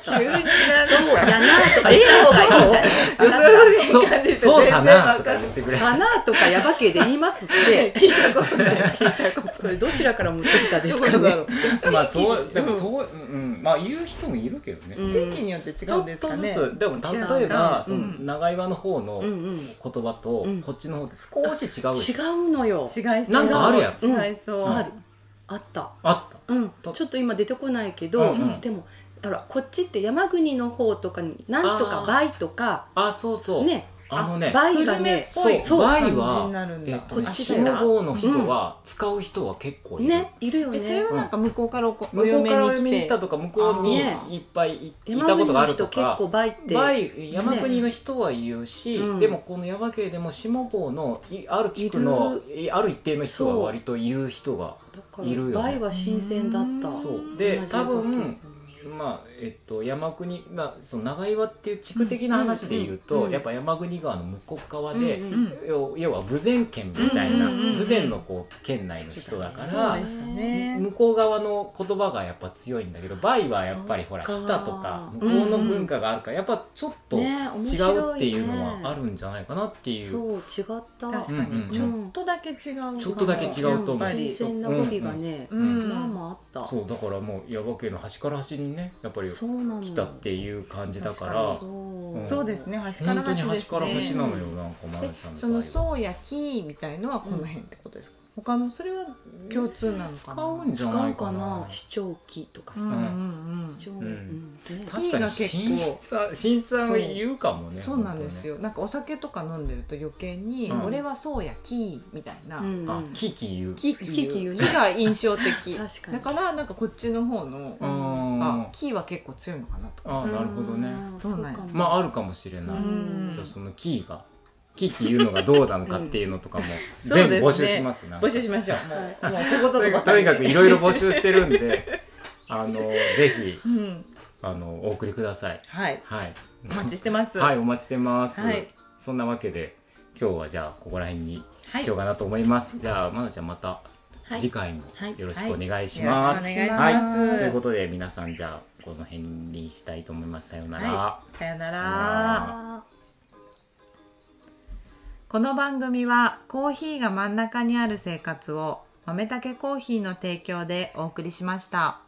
Speaker 2: 急になる
Speaker 3: そうやな とか言った方がいいんだね
Speaker 2: よそよそしい感じ
Speaker 1: そそ
Speaker 2: で
Speaker 1: うさなと
Speaker 2: 全然わかん
Speaker 1: か
Speaker 2: ない
Speaker 1: 言 ってくれ
Speaker 3: さなとかヤバ系で言いますって
Speaker 2: 聞いたことない聞いたことない
Speaker 3: それどちらから持ってきたです
Speaker 2: どこだ
Speaker 3: かね
Speaker 2: ろ
Speaker 1: まあそうでもそう、うんうん、まあ言う人もいるけどね、
Speaker 3: うん
Speaker 2: う 地域によって違
Speaker 1: ち
Speaker 2: う
Speaker 1: ょ
Speaker 2: ん
Speaker 1: っ
Speaker 2: です
Speaker 1: と
Speaker 2: か
Speaker 1: ず
Speaker 2: ね
Speaker 1: つでも例
Speaker 2: 違
Speaker 1: え
Speaker 2: うな
Speaker 1: ばその
Speaker 3: うん
Speaker 1: 長岩の方の
Speaker 3: うん
Speaker 1: 言
Speaker 3: うん
Speaker 1: 葉と
Speaker 3: うん
Speaker 1: こっちの方って少し違うでしょ
Speaker 3: 違うのよ
Speaker 2: 違いそう
Speaker 1: なんかあるやつ
Speaker 2: 違いそう、
Speaker 3: あるあった
Speaker 1: あっ
Speaker 3: うん
Speaker 1: と
Speaker 3: ちょっと今出てこないけど、
Speaker 1: うんうん
Speaker 3: でもあらこっちって山国の方とかになんと
Speaker 1: あ
Speaker 3: か
Speaker 1: ー
Speaker 3: 倍とか
Speaker 1: たあそうそう、
Speaker 3: ね
Speaker 1: あのね
Speaker 3: 倍
Speaker 2: 古
Speaker 3: がね
Speaker 2: めっぽい
Speaker 1: そう
Speaker 2: 感じ
Speaker 1: 倍は
Speaker 2: になるんだ
Speaker 1: えっとね
Speaker 3: こっちだ
Speaker 1: 下
Speaker 3: よ
Speaker 1: の方の人は使う人は結構いる、
Speaker 3: ねいるよ
Speaker 2: えそれ
Speaker 3: ね
Speaker 2: はなんか向こうからおこ
Speaker 1: 向こうからお嫁に
Speaker 2: 来
Speaker 1: 来
Speaker 2: た
Speaker 1: たとか向こうに
Speaker 3: あー
Speaker 1: いっぱいいい
Speaker 3: 山
Speaker 1: たこ
Speaker 3: 国
Speaker 1: とがあ
Speaker 3: の
Speaker 1: る
Speaker 3: 人
Speaker 1: と
Speaker 3: 結
Speaker 1: か
Speaker 3: 構倍って
Speaker 1: 前山国の人は言うし、
Speaker 3: うん
Speaker 1: でもこの山系でも下郷のいある地区のいある一定の人は割と言う人が
Speaker 3: だから
Speaker 1: いるよね
Speaker 3: 倍は新鮮だった
Speaker 2: そう
Speaker 1: そう
Speaker 3: 同
Speaker 1: で
Speaker 3: じ
Speaker 1: 多分
Speaker 3: 動き
Speaker 1: まあえっと、山国、まあ、その長岩っていう地区的な話で言うと、
Speaker 3: うんうんうん
Speaker 1: やっぱ山国川の向こう側
Speaker 3: うん
Speaker 1: で、
Speaker 3: うん
Speaker 2: うん
Speaker 1: 要要は豊前県みたいな、
Speaker 2: うんうんうんうん
Speaker 1: 豊前のこう県内の人だか
Speaker 2: そう
Speaker 1: ら
Speaker 2: でしたね
Speaker 1: 向こう側の言葉がやっぱ強いんだけどバイはやっぱりほら
Speaker 3: そっ
Speaker 1: 日田
Speaker 3: か
Speaker 1: とか向こうの文化があるからやっぱちょっと違
Speaker 3: ね面
Speaker 1: う
Speaker 3: 白
Speaker 1: っていうの
Speaker 3: ね
Speaker 1: はあるんじゃないかなっていう。
Speaker 3: そう違った
Speaker 2: 確
Speaker 1: う
Speaker 2: か
Speaker 1: んうんうん
Speaker 2: にちょっとだけ違うかも
Speaker 1: ちょっとだけ違うと思う
Speaker 2: やっぱ
Speaker 3: 新
Speaker 2: り
Speaker 3: 鮮な語尾がね、
Speaker 2: うん
Speaker 1: うん
Speaker 3: まあまああった
Speaker 1: そうだからもう耶馬渓の端から端にねやっぱり
Speaker 3: そうなの
Speaker 1: 来たっていう感じだから
Speaker 2: 確
Speaker 3: そう
Speaker 1: うん
Speaker 2: そうですね端から
Speaker 1: 本当に
Speaker 2: 端ですね
Speaker 1: 端から端なのよなんかマナ
Speaker 2: え
Speaker 1: ちゃん
Speaker 2: そ
Speaker 1: の場合
Speaker 2: の「
Speaker 1: は
Speaker 2: そうやき」みたいのはこの辺ってことですか、他のそれは共通なのかな
Speaker 1: 使うんじゃ
Speaker 3: 使
Speaker 1: な
Speaker 3: う
Speaker 1: いか
Speaker 3: かな
Speaker 1: な
Speaker 3: 視聴器とか
Speaker 2: う
Speaker 3: さ、
Speaker 2: んうん
Speaker 3: 視聴
Speaker 1: うん
Speaker 3: うんね
Speaker 1: 確かに
Speaker 2: キーが
Speaker 1: 新
Speaker 2: 結
Speaker 1: さん新さんは言うかも
Speaker 2: う
Speaker 1: ね
Speaker 2: ん、そうなんです
Speaker 1: よ
Speaker 2: よ、なんかお酒とか飲んでると余計に「
Speaker 1: うん
Speaker 2: 俺はそうやき」みたいな、
Speaker 3: うん
Speaker 1: あキーキー言う
Speaker 2: キーキー言う
Speaker 3: キーキー言うね
Speaker 2: キが印 象的
Speaker 3: 確かに
Speaker 2: だからなんかこっちの方の
Speaker 1: あー
Speaker 2: がキーは結構強いのかなとか
Speaker 1: ああなるほどね
Speaker 3: うん
Speaker 2: そうなんや
Speaker 3: かも
Speaker 1: まああるかもしれない、
Speaker 2: うん
Speaker 1: じゃあそのキーがキーキー言うのがどうなのかっていうのとかも
Speaker 2: そうです
Speaker 1: 全
Speaker 2: ね
Speaker 1: 部募集しますなんか
Speaker 2: 募集しましょうもう,、
Speaker 3: はい
Speaker 2: もうここぞとばか
Speaker 1: と
Speaker 2: り
Speaker 1: にかくいろいろ募集してるん であのぜひ
Speaker 2: うん
Speaker 1: あのお送りください
Speaker 2: はい
Speaker 1: はい
Speaker 2: お待ちしてます
Speaker 1: はいお待ちしてます、
Speaker 2: はい
Speaker 1: そんなわけで今日はじゃあここら辺に
Speaker 2: はい
Speaker 1: しようかなと思います、じゃあまなちゃんまた
Speaker 3: はい
Speaker 1: 次回も
Speaker 3: はい
Speaker 1: よろしくお願いします、
Speaker 2: はいよろしくお
Speaker 1: は
Speaker 2: 願
Speaker 1: い
Speaker 2: いします
Speaker 1: ということで皆さんじゃあこの辺にしたいと思いますさようなら、
Speaker 2: はい、さよな
Speaker 1: さよなら
Speaker 2: らこの番組はコーヒーが真ん中にある生活を豆たけコーヒーの提供でお送りしました。